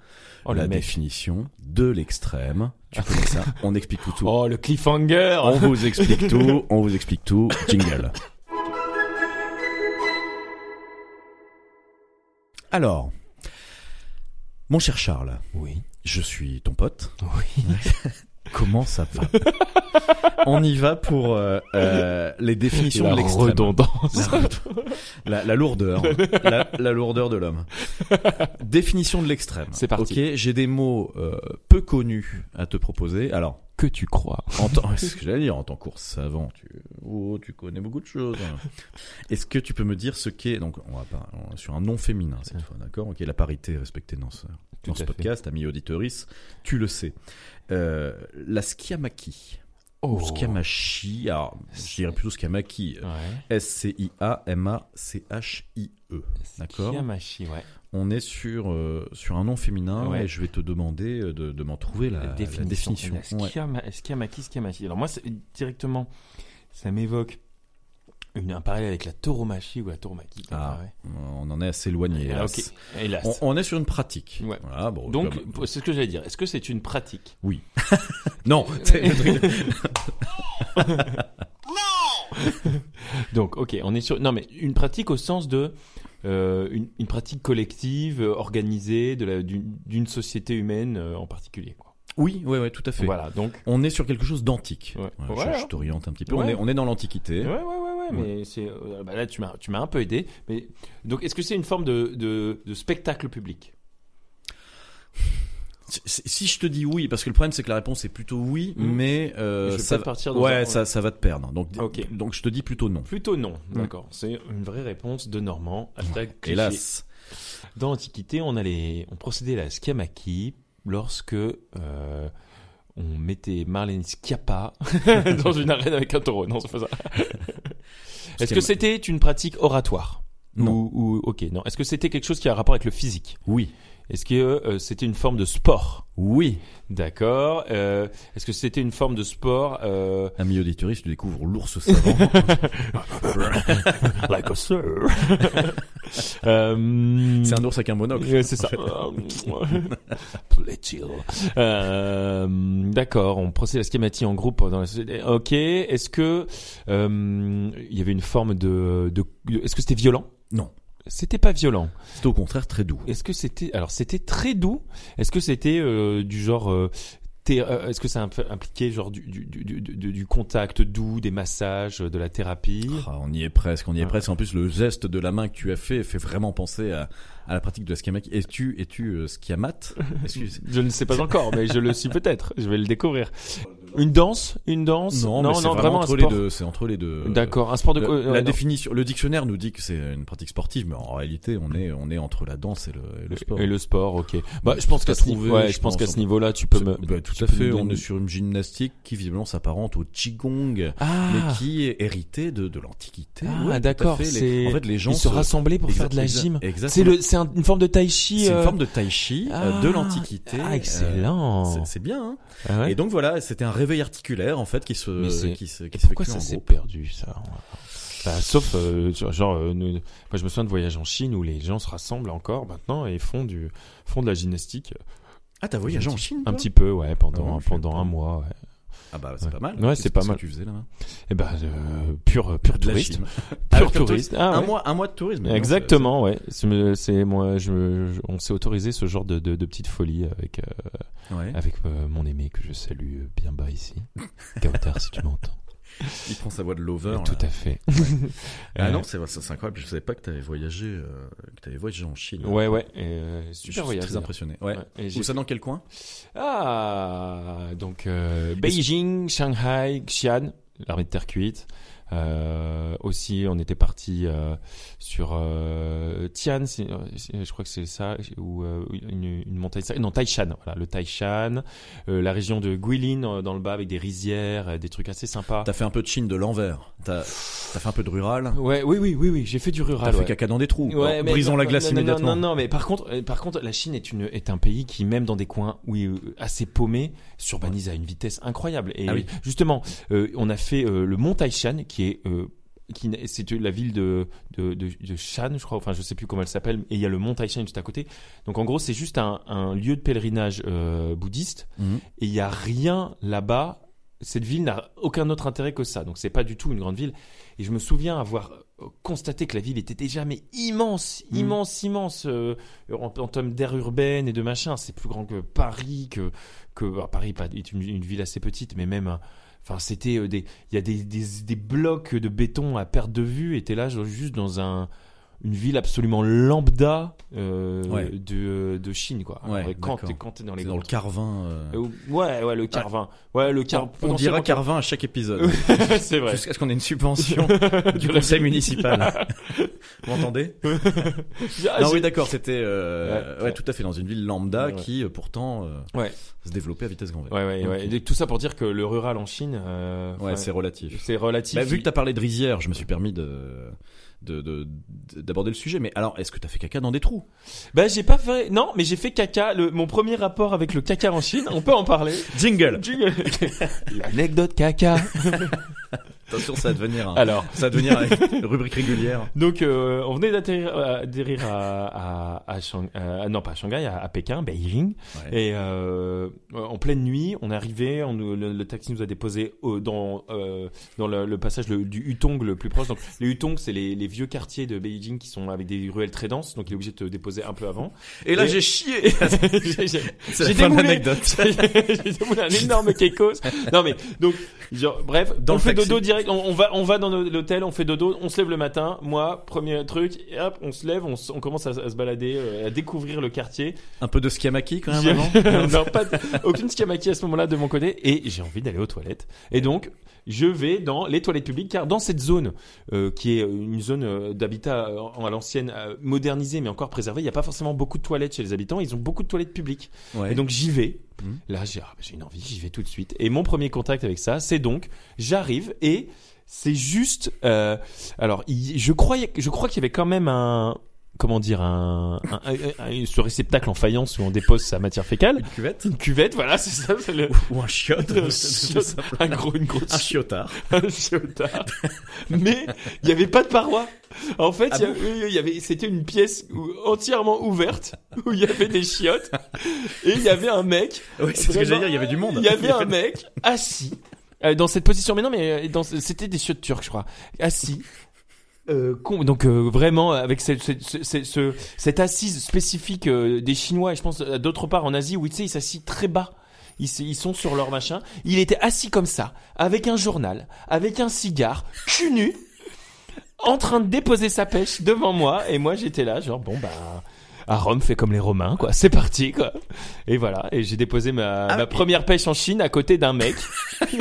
Speaker 9: Oh,
Speaker 8: la
Speaker 9: le mec.
Speaker 8: définition de l'extrême. Tu connais ça On explique tout.
Speaker 9: Oh, le cliffhanger
Speaker 8: On vous explique tout, on vous explique tout. Jingle. Alors, mon cher Charles,
Speaker 9: Oui.
Speaker 8: je suis ton pote.
Speaker 9: Oui.
Speaker 8: Comment ça va On y va pour euh, euh, les définitions
Speaker 9: La
Speaker 8: de l'extrême.
Speaker 9: redondance.
Speaker 8: La, la lourdeur. la, la lourdeur de l'homme. Définition de l'extrême.
Speaker 9: C'est parti.
Speaker 8: Ok, j'ai des mots euh, peu connus à te proposer. Alors,
Speaker 9: Que tu crois.
Speaker 8: En tant- c'est ce que j'allais dire, en tant que savant, tu, oh, tu connais beaucoup de choses. hein. Est-ce que tu peux me dire ce qu'est, donc on va pas, on- sur un nom féminin cette fois, d'accord Ok, la parité est respectée dans ce,
Speaker 9: Tout
Speaker 8: dans ce
Speaker 9: à fait.
Speaker 8: podcast, ami auditorice, tu le sais. Euh, la sciamaki.
Speaker 9: Oh.
Speaker 8: Ou Sciamachi, alors je dirais plutôt sciamaki.
Speaker 9: Ouais.
Speaker 8: S-C-I-A-M-A-C-H-I-E. D'accord
Speaker 9: Yamashi, ouais.
Speaker 8: E. On est sur, euh, sur un nom féminin
Speaker 9: Ouais.
Speaker 8: et je vais te demander euh, de, de m'en trouver la, la définition. Ouais.
Speaker 9: Skiama- Skiamaki, Skiamaki. Alors moi, c'est- directement, ça m'évoque une, un parallèle avec la tauromachie ou la tauromaki. comme
Speaker 8: Ah,
Speaker 9: ça, ouais.
Speaker 8: On en est à s'éloigner.
Speaker 9: Ah,
Speaker 8: hélas.
Speaker 9: ok. Hélas.
Speaker 8: On, on est sur une pratique.
Speaker 9: Ouais.
Speaker 8: Voilà, bon,
Speaker 9: Donc,
Speaker 8: comme-
Speaker 9: pour- c'est ce que j'allais dire. Est-ce que c'est une pratique
Speaker 8: oui. non. c'est le truc.
Speaker 9: Donc, ok, on est sur. Non, mais une pratique au sens de euh, une, une pratique collective, euh, organisée, de la- d'une d'une société humaine euh, en particulier. quoi.
Speaker 8: Oui, ouais, ouais, tout à fait.
Speaker 9: Voilà, donc.
Speaker 8: On est sur quelque chose d'antique.
Speaker 9: Ouais.
Speaker 8: Voilà, je-
Speaker 9: Voilà.
Speaker 8: Je, t'oriente un petit peu. On,
Speaker 9: Ouais.
Speaker 8: est, on est dans l'antiquité.
Speaker 9: Ouais, ouais, ouais, ouais, mais c'est. euh, bah là, tu m'as tu m'as un peu aidé. Mais, donc, est-ce que c'est une forme de, de, de spectacle public
Speaker 8: Si- Si je te dis oui, parce que le problème c'est que la réponse est plutôt oui,
Speaker 9: Mm.
Speaker 8: mais euh,
Speaker 9: Je vais
Speaker 8: ça,
Speaker 9: peut-être
Speaker 8: va-
Speaker 9: partir dans un-
Speaker 8: ouais, ça, ça va te perdre. Donc,
Speaker 9: Ok.
Speaker 8: donc je te dis plutôt non.
Speaker 9: Plutôt non,
Speaker 8: Mm.
Speaker 9: d'accord. C'est une vraie réponse de Normand. Hashtag cliché.
Speaker 8: Hélas.
Speaker 9: Dans l'Antiquité, on, allait, on procédait à la schiamaki lorsque euh, on mettait Marlène Schiappa dans une arène avec un taureau. Non, c'est pas ça. Est-ce que
Speaker 8: Schiama-
Speaker 9: c'était une pratique oratoire
Speaker 8: Non.
Speaker 9: Ou, ou- ok, non. Est-ce que c'était quelque chose qui a un rapport avec le physique
Speaker 8: Oui.
Speaker 9: Est-ce que euh, c'était une forme de sport
Speaker 8: Oui.
Speaker 9: D'accord. Euh, Est-ce que c'était une forme de sport euh,
Speaker 8: Ami auditoriste, tu découvres l'ours savant.
Speaker 9: Like a sir. Euh,
Speaker 8: c'est un ours avec un monocle.
Speaker 9: Ouais, c'est ça. Plaît-il. Euh, D'accord, on procède à la schématique en groupe dans la société. Ok, est-ce que euh, il y avait une forme de, de- de- est-ce que c'était violent
Speaker 8: Non.
Speaker 9: C'était pas violent.
Speaker 8: C'est au contraire très doux.
Speaker 9: Est-ce que c'était alors c'était très doux Est-ce que c'était euh, du genre euh, thé- euh, est-ce que ça impl- impliquait genre du, du, du, du- du- du contact doux, des massages, euh, de la thérapie
Speaker 8: Ah, on y est presque, on y est
Speaker 9: Ouais.
Speaker 8: presque. En plus, le geste de la main que tu as fait fait vraiment penser à, à la pratique de la schiamaki. Es-tu, es-tu euh, schiamate Excuse.
Speaker 9: Je ne sais pas encore, mais je le suis peut-être. Je vais le découvrir. Une danse, une danse.
Speaker 8: Non, mais c'est vraiment,
Speaker 9: un
Speaker 8: entre les
Speaker 9: sport.
Speaker 8: deux. C'est entre les deux.
Speaker 9: D'accord, un sport de
Speaker 8: Le-
Speaker 9: co- euh,
Speaker 8: la
Speaker 9: ouais, non.
Speaker 8: définition, le dictionnaire nous dit que c'est une pratique sportive, mais en réalité, on est, on est entre la danse et le, et le sport.
Speaker 9: Et le sport, ok. Bah, je pense
Speaker 8: T'as
Speaker 9: qu'à ce,
Speaker 8: trouvé,
Speaker 9: niveau- ouais,
Speaker 8: je
Speaker 9: je pense
Speaker 8: pense,
Speaker 9: qu'à
Speaker 8: en
Speaker 9: ce
Speaker 8: fait.
Speaker 9: niveau-là, tu peux me.
Speaker 8: C'est- bah, tout
Speaker 9: tu
Speaker 8: à
Speaker 9: peux
Speaker 8: fait.
Speaker 9: me
Speaker 8: On
Speaker 9: donner-
Speaker 8: est sur une gymnastique qui visiblement s'apparente au qigong, mais
Speaker 9: Ah,
Speaker 8: qui est héritée de, de l'antiquité.
Speaker 9: Ah,
Speaker 8: Ouais, tout à
Speaker 9: d'accord,
Speaker 8: fait. Les-
Speaker 9: c'est-
Speaker 8: En fait, les gens
Speaker 9: ils se rassemblaient pour faire de la
Speaker 8: Exact-
Speaker 9: gym. C'est
Speaker 8: Exactement.
Speaker 9: le, c'est un- une forme de tai chi.
Speaker 8: C'est
Speaker 9: euh,
Speaker 8: une forme de tai chi euh, de
Speaker 9: ah,
Speaker 8: l'antiquité.
Speaker 9: Ah,
Speaker 8: euh,
Speaker 9: excellent.
Speaker 8: c'est- C'est bien. hein.
Speaker 9: Ah ouais
Speaker 8: Et donc voilà, c'était un réveil articulaire en fait qui se
Speaker 9: Mais c'est-
Speaker 8: qui se
Speaker 9: Et
Speaker 8: qui s'effectue
Speaker 9: pourquoi ça
Speaker 8: en
Speaker 9: s'est
Speaker 8: groupe.
Speaker 9: perdu ça Bah, Sauf euh, genre, euh, nous- moi je me souviens de voyages en Chine où les gens se rassemblent encore maintenant et font du, font de la gymnastique
Speaker 8: Ah t'as voyagé en Chine
Speaker 9: un
Speaker 8: toi
Speaker 9: petit peu, ouais,
Speaker 8: Ah
Speaker 9: pendant,
Speaker 8: ouais, je
Speaker 9: pendant
Speaker 8: sais
Speaker 9: un
Speaker 8: pas.
Speaker 9: mois. Ouais.
Speaker 8: Ah bah c'est
Speaker 9: Ouais.
Speaker 8: pas mal.
Speaker 9: Ouais,
Speaker 8: Qu'est-ce
Speaker 9: c'est pas
Speaker 8: que
Speaker 9: mal.
Speaker 8: Tu faisais hein là-bas
Speaker 9: Et ben, euh, pur, pur
Speaker 8: De la
Speaker 9: touriste,
Speaker 8: Chine. Ah,
Speaker 9: pur
Speaker 8: pur touriste.
Speaker 9: touriste. Ah,
Speaker 8: un
Speaker 9: ouais.
Speaker 8: mois un mois de tourisme. mais non,
Speaker 9: Exactement, ouais. C'est me- c'est- moi, je, je- on s'est autorisé ce genre de, de, de petite folie avec euh,
Speaker 8: c'est- Ouais.
Speaker 9: avec euh, mon aimé que je salue euh, bien bas ici, Gautard si tu m'entends.
Speaker 8: Il prend sa voix de lover.
Speaker 9: Tout
Speaker 8: Oh là.
Speaker 9: à fait.
Speaker 8: Ah
Speaker 9: Euh,
Speaker 8: non, c'est c'est- c'est incroyable. Je savais pas que t'avais voyagé euh, que t'avais voyagé en Chine.
Speaker 9: Ouais, ouais. euh,
Speaker 8: Je
Speaker 9: super
Speaker 8: suis
Speaker 9: voyage.
Speaker 8: très
Speaker 9: d'ailleurs.
Speaker 8: impressionné. Ouais.
Speaker 9: Ouais, et j'ai-
Speaker 8: Ou ça dans quel coin
Speaker 9: Ah, donc euh, Beijing, Shanghai, Xi'an, l'armée de terre cuite. Euh, aussi, on était parti euh, sur euh, Tian, c'est- euh, c'est- je crois que c'est ça, ou euh, une, une montagne. sacrée- Non, Taishan, voilà, le Taishan, euh, la région de Guilin euh, dans le bas avec des rizières, euh, des trucs assez sympas.
Speaker 8: T'as fait un peu de Chine de l'envers. T'as t'as fait un peu de rural.
Speaker 9: Ouais, oui, oui, oui, oui, j'ai fait du
Speaker 8: T'as
Speaker 9: rural.
Speaker 8: fait
Speaker 9: ouais.
Speaker 8: caca dans des trous.
Speaker 9: Ouais,
Speaker 8: Alors,
Speaker 9: mais
Speaker 8: Brisons
Speaker 9: non,
Speaker 8: la
Speaker 9: non,
Speaker 8: glace
Speaker 9: non, non,
Speaker 8: immédiatement.
Speaker 9: Non, non, mais par contre, euh, par contre, la Chine est une est un pays qui même dans des coins où il- euh, assez paumés s'urbanise à une vitesse incroyable. Et
Speaker 8: Ah oui.
Speaker 9: justement, euh, on a fait euh, le Mont Taishan qui est euh, qui n- c'est la ville de de, de de Shan, je crois, enfin je sais plus comment elle s'appelle, et il y a le Mont Taishan juste à côté. Donc en gros, c'est juste un, un lieu de pèlerinage euh, bouddhiste
Speaker 8: Mhm.
Speaker 9: et il y a rien là-bas. Cette ville n'a aucun autre intérêt que ça. Donc c'est pas du tout une grande ville. Et je me souviens avoir euh, constaté que la ville était déjà mais immense,
Speaker 8: Mm.
Speaker 9: immense, immense euh, en, en termes d'air urbaine et de machin. C'est plus grand que Paris, que que alors, Paris pas- est une, une ville assez petite, mais même. euh, Enfin, c'était euh, des, il y a des, des, des blocs de béton à perte de vue. Et t'es là genre, juste dans un une ville absolument lambda euh,
Speaker 8: Ouais,
Speaker 9: de, de Chine quoi.
Speaker 8: Ouais,
Speaker 9: Alors, quand
Speaker 8: d'accord.
Speaker 9: t'es quand t'es dans les
Speaker 8: C'est dans le
Speaker 9: grandes-
Speaker 8: Carvin. euh,
Speaker 9: Euh, ouais, ouais, le Carvin. Ouais, le Carvin.
Speaker 8: On dira Carvin à chaque épisode.
Speaker 9: C'est vrai.
Speaker 8: Jusqu'à ce qu'on ait une subvention
Speaker 9: De
Speaker 8: du
Speaker 9: la
Speaker 8: conseil
Speaker 9: ville.
Speaker 8: municipal. Vous entendez
Speaker 9: Ah,
Speaker 8: Non,
Speaker 9: j'ai-
Speaker 8: oui, d'accord, c'était euh,
Speaker 9: Ouais.
Speaker 8: ouais, tout à fait dans une ville lambda
Speaker 9: Ouais.
Speaker 8: qui, euh, pourtant, euh,
Speaker 9: Ouais.
Speaker 8: se développait à vitesse grand V.
Speaker 9: Ouais, ouais, ouais.
Speaker 8: Ok.
Speaker 9: Et Tout ça pour dire que le rural en Chine, euh,
Speaker 8: Ouais,
Speaker 9: enfin,
Speaker 8: c'est relatif.
Speaker 9: c'est relatif.
Speaker 8: Bah, vu que t'as parlé de rizière, je me suis permis de de- de- de- d'aborder le sujet. Mais alors, est-ce que t'as fait caca dans des trous
Speaker 9: Bah, j'ai pas fait. Non, mais j'ai fait caca. Le... Mon premier rapport avec le caca en Chine, on peut en parler.
Speaker 8: Jingle
Speaker 9: Jingle. L'anecdote caca.
Speaker 8: Attention, ça va devenir, un-
Speaker 9: Alors,
Speaker 8: ça va devenir une rubrique régulière.
Speaker 9: donc euh, on venait d'atterrir euh, atterrir à, à, à Shang- euh, non pas à Shanghai, à, à Pékin, Beijing.
Speaker 8: Ouais.
Speaker 9: Et euh, en pleine nuit, on est arrivé, on nous- le, le taxi nous a déposés au- dans, euh, dans le, le passage le- du Hutong le plus proche. Donc, les Hutong, c'est les, les vieux quartiers de Beijing qui sont avec des ruelles très denses, donc il est obligé de te déposer un peu avant.
Speaker 8: Et là,
Speaker 9: Et-
Speaker 8: j'ai chié.
Speaker 9: J'ai- j'ai-
Speaker 8: C'est la
Speaker 9: J'ai
Speaker 8: fin de
Speaker 9: démoulé.
Speaker 8: l'anecdote.
Speaker 9: j'ai déroulé un énorme kekos. Non mais donc genre, bref,
Speaker 8: Dans
Speaker 9: on
Speaker 8: le
Speaker 9: fait
Speaker 8: taxi.
Speaker 9: dodo direct, on, on va on va dans no- l'hôtel, on fait dodo, on se lève le matin. Moi, premier truc, et hop, on se lève, on, s- on commence à, s- à se balader, euh, à découvrir le quartier.
Speaker 8: Un peu de skiamaki quand même
Speaker 9: J'ai-
Speaker 8: avant.
Speaker 9: non, pas de- aucune skamaki à ce moment-là de mon côté et j'ai envie d'aller aux toilettes. Et donc je vais dans les toilettes publiques car dans cette zone euh, qui est une zone euh, d'habitat euh, en- à l'ancienne euh, modernisée mais encore préservée, il n'y a pas forcément beaucoup de toilettes chez les habitants, ils ont beaucoup de toilettes publiques.
Speaker 8: Ouais.
Speaker 9: Et donc j'y vais.
Speaker 8: Mhm.
Speaker 9: Là, j'ai ah, bah, j'ai une envie, j'y vais tout de suite. Et mon premier contact avec ça, c'est donc j'arrive et c'est juste. euh, alors, il- je croyais, que- je crois qu'il y avait quand même un comment dire un, un- un- un- ce réceptacle en faïence où on dépose sa matière fécale.
Speaker 8: une cuvette
Speaker 9: Une cuvette, voilà, c'est ça, c'est le.
Speaker 8: ou un chiotte.
Speaker 9: le
Speaker 8: C'est
Speaker 9: chiot-
Speaker 8: tout simple.
Speaker 9: un gros, une grosse
Speaker 8: Un chiotard.
Speaker 9: un chiotard. Mais il n'y avait pas de paroi. En fait,
Speaker 8: Ah
Speaker 9: il y a- oui, il y avait, c'était une pièce où- entièrement ouverte où il y avait des chiottes et il y avait un mec.
Speaker 8: Oui, c'est ce que j'allais dire, il y avait du monde.
Speaker 9: Il y avait un mec assis euh, dans cette position. Mais non, mais euh, dans- c'était des chiottes turques, je crois. Assis. euh, con- donc euh, vraiment avec cette, cette- ce- ce- ce- cette assise spécifique euh, des Chinois et je pense euh, d'autre part en Asie où tu sais ils s'assient très bas ils, se- ils sont sur leur machin il était assis comme ça avec un journal avec un cigare cul nu en train de déposer sa pêche devant moi et moi j'étais là genre bon bah à Rome fait comme les Romains quoi c'est parti quoi et voilà et j'ai déposé ma,
Speaker 8: Ah
Speaker 9: ma première pêche en Chine à côté d'un mec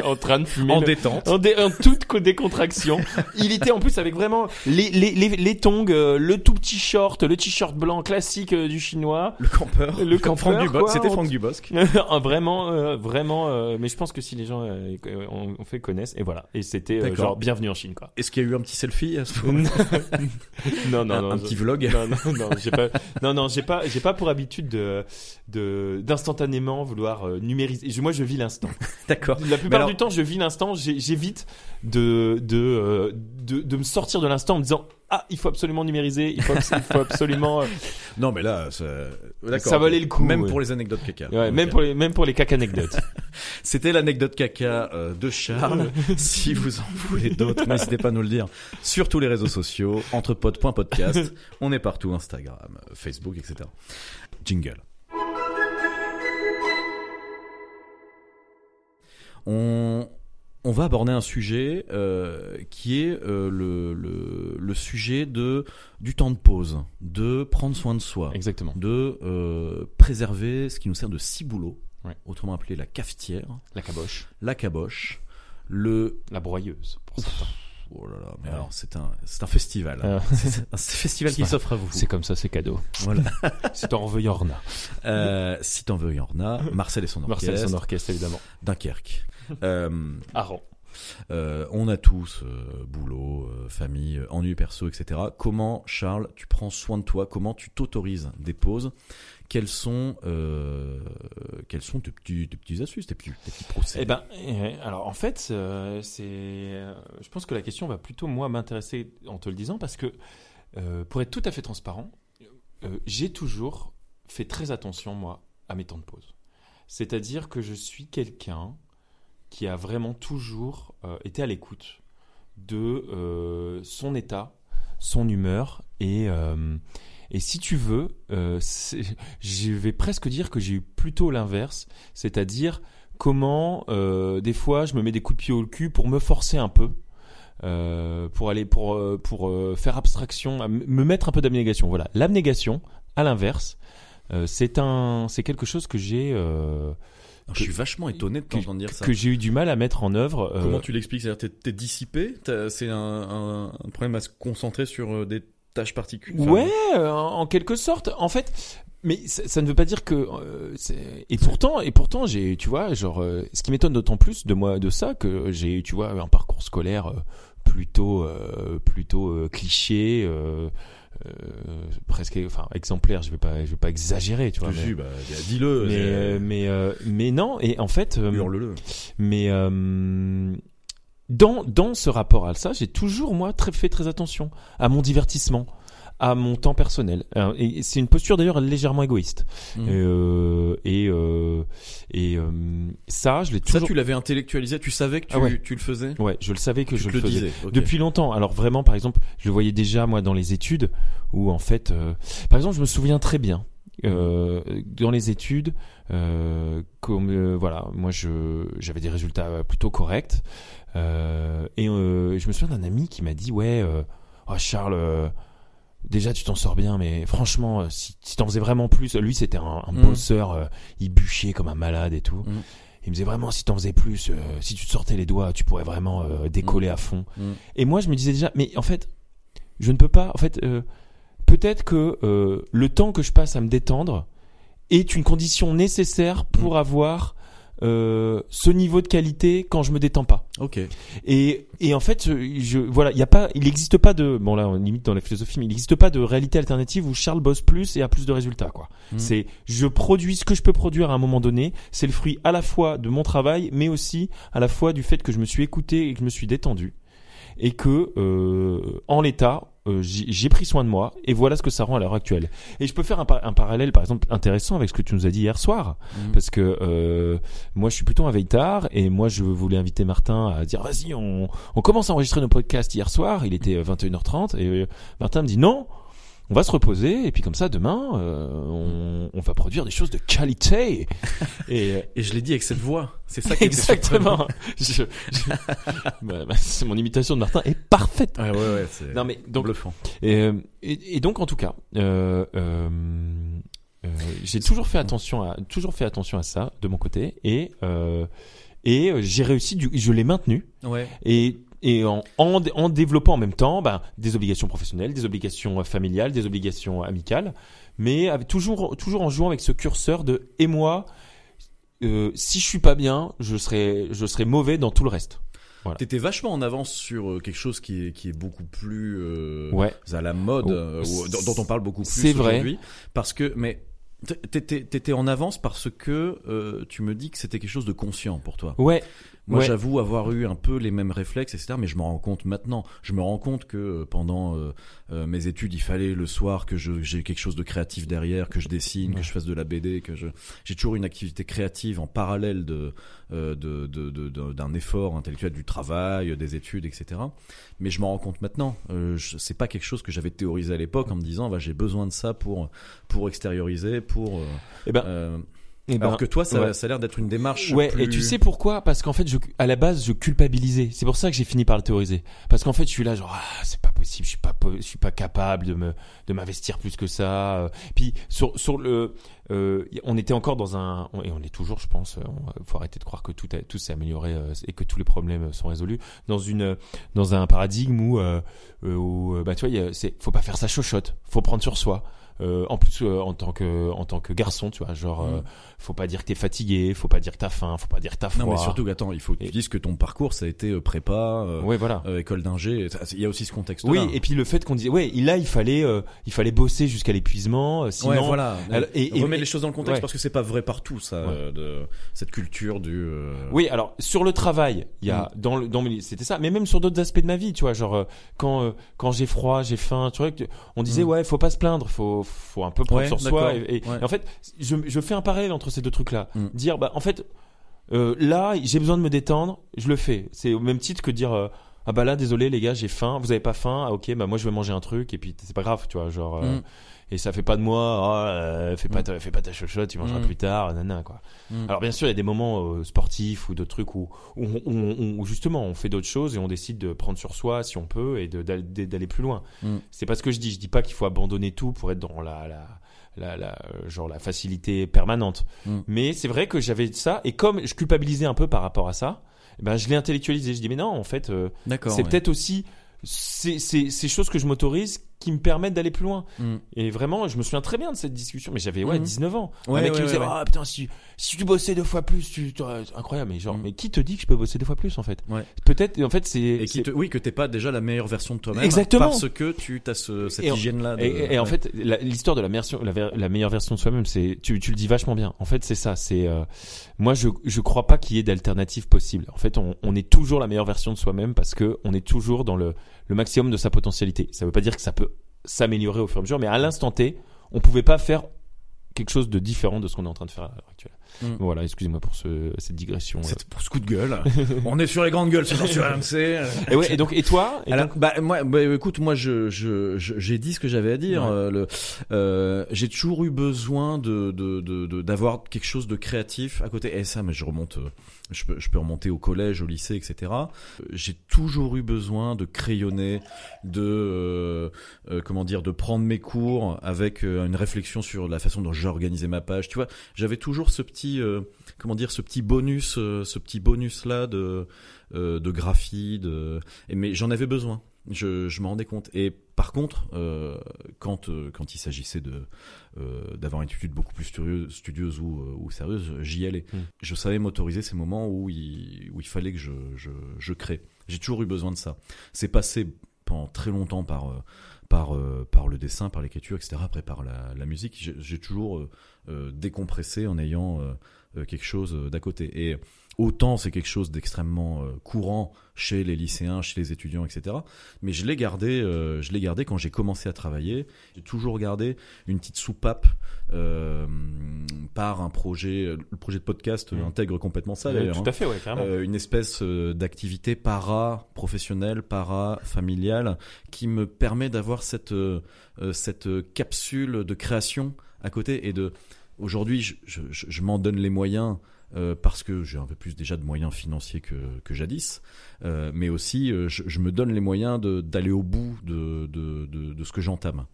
Speaker 9: en train de fumer
Speaker 8: En
Speaker 9: le-
Speaker 8: détente.
Speaker 9: en, dé- en toute co- décontraction. Il était en plus avec vraiment les, les, les, les tongs, euh, le tout petit short, le t-shirt blanc classique euh, du chinois.
Speaker 8: Le campeur.
Speaker 9: Le
Speaker 8: Franck
Speaker 9: campeur,
Speaker 8: Dubosc.
Speaker 9: quoi,
Speaker 8: C'était
Speaker 9: on-
Speaker 8: Franck Dubosc.
Speaker 9: Ah, vraiment, euh, vraiment. euh, mais je pense que si les gens euh, ont, ont fait connaissent, et voilà. Et c'était euh,
Speaker 8: D'accord.
Speaker 9: genre bienvenue en Chine, quoi.
Speaker 8: Est-ce qu'il y a eu un petit selfie à ce moment
Speaker 9: Non, non,
Speaker 8: Un-
Speaker 9: non.
Speaker 8: un
Speaker 9: je-
Speaker 8: petit vlog.
Speaker 9: Non, non, non, j'ai pas, non, non, j'ai pas, j'ai pas pour habitude de, de, d'instantanément vouloir euh, numériser. Je- Moi, je vis l'instant.
Speaker 8: D'accord.
Speaker 9: La plupart
Speaker 8: alors-
Speaker 9: du temps, je vis l'instant, j'ai- j'évite de, de, euh, de, de me sortir de l'instant en me disant Ah, il faut absolument numériser, il faut, abs- il faut absolument. euh,
Speaker 8: Non, mais là, ça... d'accord.
Speaker 9: Ça valait le coup,
Speaker 8: Même
Speaker 9: ouais.
Speaker 8: pour les anecdotes caca.
Speaker 9: Ouais, même,
Speaker 8: Ok.
Speaker 9: pour les, même pour les caca-anecdotes.
Speaker 8: C'était l'anecdote caca euh, de Charles. si vous en voulez d'autres, n'hésitez pas à nous le dire. Sur tous les réseaux sociaux, entrepod.podcast. On est partout, Instagram, Facebook, etc. Jingle. On, on va aborder un sujet euh, qui est euh, le, le, le sujet de, du temps de pause, de prendre soin de soi
Speaker 9: Exactement.
Speaker 8: de euh, préserver ce qui nous sert de ciboulot,
Speaker 9: Ouais.
Speaker 8: autrement appelé la cafetière,
Speaker 9: La caboche.
Speaker 8: la caboche, le...
Speaker 9: La broyeuse. pour certains.
Speaker 8: Oh là là, mais
Speaker 9: Ouais.
Speaker 8: alors c'est un, c'est un festival. hein.
Speaker 9: Euh.
Speaker 8: C'est un festival qui
Speaker 9: C'est-
Speaker 8: s'offre à vous.
Speaker 9: C'est comme ça, c'est cadeau.
Speaker 8: Voilà.
Speaker 9: C'est en reveuille Orna.
Speaker 8: Euh, si t'en veux, il y en a. Marcel et son orchestre.
Speaker 9: Marcel et son orchestre, évidemment.
Speaker 8: Dunkerque. Euh,
Speaker 9: Aran.
Speaker 8: euh, on a tous euh, boulot, euh, famille, euh, ennui perso, etc. Comment, Charles, tu prends soin de toi Comment tu t'autorises des pauses quelles sont, euh, quelles sont tes, petits, tes petites astuces, tes petits, tes petits procédés
Speaker 9: Eh ben, euh, alors en fait, euh, c'est, euh, je pense que la question va plutôt moi m'intéresser en te le disant parce que euh, pour être tout à fait transparent, euh, j'ai toujours fait très attention moi à mes temps de pause. C'est-à-dire que je suis quelqu'un qui a vraiment toujours euh, été à l'écoute de euh, son état, son humeur et euh, et si tu veux, euh, c'est- je vais presque dire que j'ai eu plutôt l'inverse, c'est-à-dire comment euh, des fois je me mets des coups de pied au cul pour me forcer un peu euh, pour aller pour euh, pour euh, faire abstraction à m- me mettre un peu d'abnégation voilà l'abnégation à l'inverse euh, c'est un c'est quelque chose que j'ai euh,
Speaker 8: Alors, je suis vachement étonné de
Speaker 9: que,
Speaker 8: t'entendre dire ça.
Speaker 9: que j'ai eu du mal à mettre en œuvre euh,
Speaker 8: Comment tu l'expliques C'est-à-dire, t'es, t'es dissipé T'as- C'est un, un- un problème à se concentrer sur euh, des tâches particulières Enfin,
Speaker 9: Ouais, euh, en en quelque sorte. En fait, mais ça, ça ne veut pas dire que. euh, c'est- et pourtant, et pourtant, j'ai, tu vois, genre, euh, ce qui m'étonne d'autant plus de moi de ça que j'ai, tu vois, un parcours scolaire euh, plutôt, euh, plutôt euh, cliché. euh, euh, presque enfin exemplaire je vais pas je vais pas exagérer tu vois
Speaker 8: je te
Speaker 9: mais,
Speaker 8: jure, bah, bah, dis-le.
Speaker 9: mais, euh, mais, euh, mais non et en fait euh,
Speaker 8: Hurle-le.
Speaker 9: mais euh, dans, dans ce rapport à ça, j'ai toujours, moi, très, fait très attention à mon divertissement, à mon temps personnel. Euh, et c'est une posture d'ailleurs légèrement égoïste.
Speaker 8: Mhm.
Speaker 9: Euh, et euh, et euh, ça, je l'ai
Speaker 8: Ça,
Speaker 9: toujours.
Speaker 8: tu l'avais intellectualisé, tu savais que tu,
Speaker 9: Ah ouais.
Speaker 8: tu le faisais
Speaker 9: Ouais, je le savais que
Speaker 8: Tu
Speaker 9: je
Speaker 8: te
Speaker 9: le, faisais.
Speaker 8: disais. ok.
Speaker 9: Depuis longtemps. Alors vraiment, par exemple, je le voyais déjà moi dans les études, où en fait, euh, par exemple, je me souviens très bien euh, dans les études, euh, comme euh, voilà, moi je j'avais des résultats euh, plutôt corrects, euh, et euh, je me souviens d'un ami qui m'a dit ouais, euh, oh, Charles. euh, Déjà, tu t'en sors bien, mais franchement, euh, si, si t'en faisais vraiment plus, lui c'était un, un
Speaker 8: Mm.
Speaker 9: bosseur, euh, il bûchait comme un malade et tout.
Speaker 8: Mm.
Speaker 9: Il me disait vraiment, si t'en faisais plus, euh, si tu te sortais les doigts, tu pourrais vraiment euh, décoller à fond.
Speaker 8: Mm.
Speaker 9: Et moi, je me disais déjà, mais en fait, je ne peux pas. En fait, euh, peut-être que euh, le temps que je passe à me détendre est une condition nécessaire pour avoir euh, ce niveau de qualité quand je me détends pas.
Speaker 8: Ok.
Speaker 9: Et, et en fait, je, je- voilà, il y a pas, il n'existe pas de, bon là, on limite dans la philosophie, mais il n'existe pas de réalité alternative où Charles bosse plus et a plus de résultats, quoi.
Speaker 8: Mhm.
Speaker 9: C'est, je produis ce que je peux produire à un moment donné. C'est le fruit à la fois de mon travail, mais aussi à la fois du fait que je me suis écouté et que je me suis détendu et que, euh, en l'état. euh, J'ai j'ai pris soin de moi et voilà ce que ça rend à l'heure actuelle. Et je peux faire un, par- un parallèle, par exemple, intéressant avec ce que tu nous as dit hier soir,
Speaker 8: Mhm.
Speaker 9: parce que euh, moi, je suis plutôt un veille tard et moi, je voulais inviter Martin à dire vas-y, on, on commence à enregistrer nos podcasts hier soir. Il était euh, 21h30 et euh, Martin me dit non, on va se reposer et puis comme ça, demain, euh, on, on va produire des choses de qualité. et euh,
Speaker 8: Et je l'ai dit avec cette voix. C'est ça qui était surprenant.
Speaker 9: exactement. Je- je- Bah, bah, c'est- mon imitation de Martin est parfaite.
Speaker 8: Ah Ouais, ouais, ouais. C'est
Speaker 9: Non mais donc
Speaker 8: bluffant.
Speaker 9: et, euh, et- et donc en tout cas, euh, euh, euh, j'ai toujours fait attention à toujours fait attention à ça de mon côté et euh, et euh, j'ai réussi, du, je l'ai maintenu
Speaker 8: Ouais.
Speaker 9: et et en, en, dé- en développant en même temps ben, des obligations professionnelles, des obligations euh, familiales, des obligations amicales, mais avec, toujours, toujours en jouant avec ce curseur de et moi, euh, si je suis pas bien, je serai, je serai mauvais dans tout le reste.
Speaker 8: T'étais vachement en avance sur euh, quelque chose qui est, qui est beaucoup plus euh,
Speaker 9: Ouais.
Speaker 8: à la mode,
Speaker 9: Oh,
Speaker 8: euh, ou- dont, dont on parle beaucoup plus
Speaker 9: c'est vrai.
Speaker 8: aujourd'hui. Parce que, mais t- t'étais t'étais en avance parce que euh, tu me dis que c'était quelque chose de conscient pour toi.
Speaker 9: Ouais.
Speaker 8: Moi,
Speaker 9: Ouais.
Speaker 8: j'avoue avoir eu un peu les mêmes réflexes, etc. Mais je me rends compte maintenant. Je me rends compte que euh, pendant euh, euh, mes études, il fallait le soir que je- j'ai quelque chose de créatif derrière, que je dessine, que je fasse de la BD, que je j'ai toujours une activité créative en parallèle de euh, de- de- de- de- d'un effort intellectuel, du travail, des études, etc. Mais je m'en rends compte maintenant. Euh, je- c'est pas quelque chose que j'avais théorisé à l'époque en me disant, bah, j'ai besoin de ça pour pour extérioriser, pour. euh,
Speaker 9: Eh ben,
Speaker 8: euh,
Speaker 9: eh ben,
Speaker 8: alors que toi, ça,
Speaker 9: ouais.
Speaker 8: ça a l'air d'être une démarche.
Speaker 9: Ouais, et
Speaker 8: plus-
Speaker 9: tu sais pourquoi Parce qu'en fait, je, à la base, je culpabilisais. C'est pour ça que j'ai fini par le théoriser. Parce qu'en fait, je suis là, genre, ah, c'est pas possible, je suis pas, po- je suis pas capable de me, de m'investir plus que ça. Euh, Puis sur, sur le, euh, y- on était encore dans un, on- et on est toujours, je pense. euh, On, faut arrêter de croire que tout, a- tout s'est amélioré euh, et que tous les problèmes euh, sont résolus. Dans une, dans un paradigme où, euh, euh, où, euh, bah, tu vois, il y a- c'est, faut pas faire ça chochotte. Faut prendre sur soi. Euh, en plus, euh, en tant que, en tant que garçon, tu vois, genre.
Speaker 8: Mm.
Speaker 9: euh, faut pas dire que t'es fatigué, faut pas dire que t'as faim, faut pas dire que t'as froid.
Speaker 8: Non, mais surtout, attends, il faut que tu
Speaker 9: Et-
Speaker 8: dises que ton parcours, ça a été euh, prépa, euh,
Speaker 9: Ouais, voilà.
Speaker 8: euh, école d'ingé. ça, c'est- Il y a aussi ce contexte-là.
Speaker 9: Oui, et puis le fait qu'on disait, ouais, il- là, il fallait, euh, il fallait bosser jusqu'à l'épuisement, euh, sinon.
Speaker 8: Ouais, voilà.
Speaker 9: Alors, et- et-
Speaker 8: Remet
Speaker 9: et-
Speaker 8: les choses dans le contexte
Speaker 9: ouais.
Speaker 8: parce que c'est pas vrai partout, ça,
Speaker 9: Ouais.
Speaker 8: euh, de, cette culture du. euh,
Speaker 9: Oui, alors sur le travail, il y a
Speaker 8: Mm.
Speaker 9: dans le dans mes- c'était ça, mais même sur d'autres aspects de ma vie, tu vois, genre euh, quand euh, quand j'ai froid, j'ai faim, tu vois, que- on disait
Speaker 8: Mm.
Speaker 9: ouais, faut pas se plaindre, faut faut un peu prendre
Speaker 8: Ouais,
Speaker 9: sur soi
Speaker 8: d'accord.
Speaker 9: et, et-
Speaker 8: Ouais.
Speaker 9: et en fait, je je fais un parallèle entre ces deux trucs-là,
Speaker 8: Mm.
Speaker 9: dire bah en fait euh, là, j'ai besoin de me détendre, je le fais. C'est au même titre que dire euh, ah bah là désolé les gars, j'ai faim, vous avez pas faim, ah OK, bah moi je vais manger un truc et puis c'est pas grave, tu vois, genre euh,
Speaker 8: Mm.
Speaker 9: et ça fait pas de moi, ah, euh, fais pas ta, fais pas ta chochotte, tu mangeras
Speaker 8: Mm.
Speaker 9: plus tard, nanana quoi.
Speaker 8: Mm.
Speaker 9: Alors bien sûr, il y a des moments euh, sportifs ou d'autres trucs où, où, on- où on- où justement on fait d'autres choses et on décide de prendre sur soi si on peut et de- d'al- d'e- d'aller plus loin.
Speaker 8: Mm.
Speaker 9: C'est pas ce que je dis. Je dis pas qu'il faut abandonner tout pour être dans la, la, la, la- euh, genre la facilité permanente.
Speaker 8: Mm.
Speaker 9: Mais c'est vrai que j'avais ça et comme je culpabilisais un peu par rapport à ça, eh ben je l'ai intellectualisé. Je dis mais non, en fait, euh,
Speaker 8: D'accord.
Speaker 9: c'est
Speaker 8: ouais.
Speaker 9: peut-être aussi ces, ces, ces choses que je m'autorise qui me permettent d'aller plus loin.
Speaker 8: Mm.
Speaker 9: Et vraiment, je me souviens très bien de cette discussion, mais j'avais ouais,
Speaker 8: Mhm.
Speaker 9: 19 ans.
Speaker 8: Ouais,
Speaker 9: un mec qui
Speaker 8: ouais,
Speaker 9: me disait
Speaker 8: ouais, ouais.
Speaker 9: Ah putain, si, si tu bossais deux fois plus, tu, t'aurais- c'est incroyable. Mais genre,
Speaker 8: Mhm.
Speaker 9: mais qui te dit que je peux bosser deux fois plus en fait
Speaker 8: Ouais.
Speaker 9: Peut-être, en fait, c'est.
Speaker 8: Et qui
Speaker 9: c'est-
Speaker 8: te- oui, que t'es pas déjà la meilleure version de toi-même.
Speaker 9: Exactement.
Speaker 8: Parce que tu as ce, cette
Speaker 9: Et en-
Speaker 8: hygiène-là. Ah, de-
Speaker 9: Et, et en
Speaker 8: ouais.
Speaker 9: fait, la- l'histoire de la, version- la, ver- la meilleure version de soi-même, c'est tu, tu le dis vachement bien. En fait, c'est ça. C'est euh, moi, je je crois pas qu'il y ait d'alternative possible. En fait, on, on est toujours la meilleure version de soi-même parce que on est toujours dans le le maximum de sa potentialité. Ça veut pas dire que ça peut s'améliorer au fur et à mesure, mais à l'instant T, on pouvait pas faire quelque chose de différent de ce qu'on est en train de faire à l'heure actuelle.
Speaker 8: Mm.
Speaker 9: Voilà, excusez-moi pour ce, cette digression. euh.
Speaker 8: C'est pour ce coup de gueule. On est sur les grandes gueules ce soir sur RMC.
Speaker 9: Et ouais, et donc et toi Et
Speaker 8: Alors,
Speaker 9: donc-
Speaker 8: bah, moi, bah, écoute, moi, je, je, je- j'ai dit ce que j'avais à dire.
Speaker 9: Ouais.
Speaker 8: euh, le, euh, j'ai toujours eu besoin de, de, de, de- d'avoir quelque chose de créatif à côté. Et ça, mais je remonte, euh, je peux, je peux remonter au collège, au lycée, etc. Euh, J'ai toujours eu besoin de crayonner, de, euh, euh, comment dire, de prendre mes cours avec euh, une réflexion sur la façon dont j'organisais ma page. Tu vois, j'avais toujours ce petit, euh, comment dire, ce petit bonus, euh, ce petit bonus là de, euh, de graphie, de, et- mais j'en avais besoin. Je, je m'en rendais compte. Et par contre, euh, quand, euh, quand il s'agissait de euh, d'avoir une étude beaucoup plus studieuse, studieuse ou, euh, ou sérieuse, j'y allais.
Speaker 9: Mm.
Speaker 8: Je savais m'autoriser ces moments où il, où il fallait que je, je, je crée. J'ai toujours eu besoin de ça. C'est passé pendant très longtemps par, euh, par, euh, par le dessin, par l'écriture, etc. Après, par la, la musique. J'ai- J'ai toujours euh, euh, décompressé en ayant euh, euh, quelque chose euh, d'à côté. Et autant c'est quelque chose d'extrêmement euh, courant chez les lycéens, chez les étudiants, etc. Mais je l'ai gardé, euh, je l'ai gardé quand j'ai commencé à travailler. J'ai toujours gardé une petite soupape euh, par un projet. Le projet de podcast euh,
Speaker 9: Mhm.
Speaker 8: intègre complètement ça.
Speaker 9: Euh,
Speaker 8: d'ailleurs,
Speaker 9: tout
Speaker 8: hein.
Speaker 9: à fait, ouais, carrément.
Speaker 8: Euh, une espèce euh, d'activité para-professionnelle, para-familiale, qui me permet d'avoir cette, euh, euh, cette euh, capsule de création à côté. Et de aujourd'hui, je, je, je- je m'en donne les moyens euh, parce que j'ai un peu plus déjà de moyens financiers que, que jadis, Euh, mais aussi euh, je, je me donne les moyens de- d'aller au bout de, de, de, de ce que j'entame.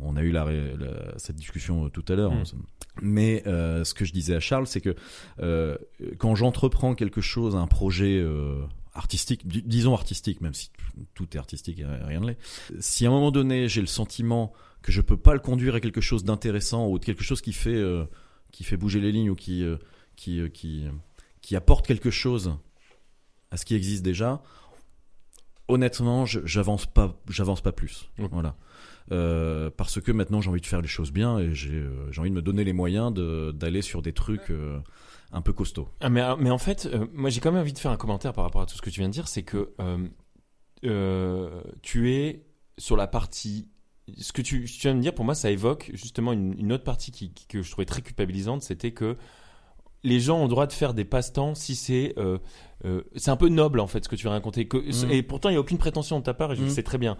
Speaker 8: On a eu la, ré- la- cette discussion euh, tout à l'heure.
Speaker 9: Mm.
Speaker 8: Mais euh, ce que je disais à Charles, c'est que euh, quand j'entreprends quelque chose, un projet euh, artistique, di- disons artistique, même si tout est artistique, et rien ne l'est, si à un moment donné j'ai le sentiment que je peux pas le conduire à quelque chose d'intéressant ou de quelque chose qui fait euh, qui fait bouger les lignes ou qui euh, qui euh, qui qui apporte quelque chose à ce qui existe déjà, honnêtement, je- j'avance pas j'avance pas plus.
Speaker 9: Ok.
Speaker 8: Voilà. Euh, parce que maintenant j'ai envie de faire les choses bien et j'ai euh, j'ai envie de me donner les moyens de- d'aller sur des trucs euh, un peu costauds.
Speaker 9: Ah, mais, mais en fait, euh, moi j'ai quand même envie de faire un commentaire par rapport à tout ce que tu viens de dire, c'est que euh, euh, tu es sur la partie... Ce que tu, tu viens de me dire, pour moi, ça évoque justement une, une autre partie qui, qui- que je trouvais très culpabilisante, c'était que les gens ont le droit de faire des passe-temps si c'est... euh, euh, c'est un peu noble, en fait, ce que tu vas raconter. Que,
Speaker 8: Mm.
Speaker 9: Et pourtant, il n'y a aucune prétention de ta part, et je le
Speaker 8: Mm.
Speaker 9: sais très bien.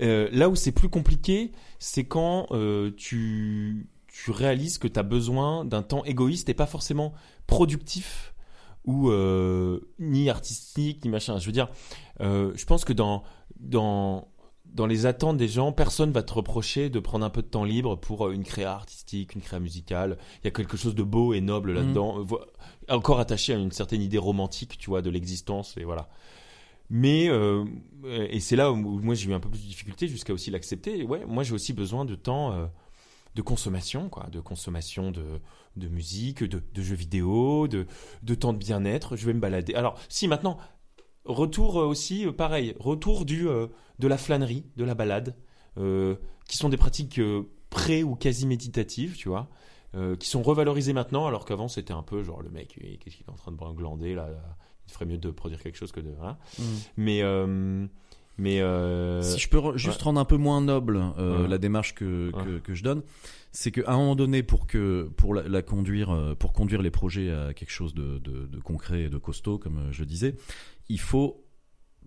Speaker 9: Euh, là où c'est plus compliqué, c'est quand euh, tu, tu réalises que tu as besoin d'un temps égoïste et pas forcément productif ou euh, ni artistique ni machin. Je veux dire, euh, je pense que dans dans dans les attentes des gens, personne va te reprocher de prendre un peu de temps libre pour euh, une créa artistique, une créa musicale. Il y a quelque chose de beau et noble là-dedans, Euh, vo- encore attaché à une certaine idée romantique, tu vois, de l'existence et voilà. Mais euh, et c'est là où moi j'ai eu un peu plus de difficulté jusqu'à aussi l'accepter. Et Ouais, moi j'ai aussi besoin de temps euh, de consommation, quoi, de consommation de de musique, de, de jeux vidéo, de de temps de bien-être. Je vais me balader. Alors si maintenant retour euh, aussi euh, pareil, retour du euh, de la flânerie, de la balade, euh, qui sont des pratiques euh, pré ou quasi méditatives, tu vois, euh, qui sont revalorisées maintenant, alors qu'avant c'était un peu genre le mec, eh, qu'est-ce qu'il est en train de glander là, là Il ferait mieux de produire quelque chose que de. hein.
Speaker 8: Mm.
Speaker 9: Mais euh, mais euh,
Speaker 8: si je peux re- juste rendre un peu moins noble euh,
Speaker 9: Ouais.
Speaker 8: la démarche que,
Speaker 9: Ouais.
Speaker 8: que, que je donne, c'est qu'à un moment donné, pour, que, pour la, la conduire, euh, pour conduire les projets à quelque chose de, de, de concret et de costaud, comme euh, je disais, il faut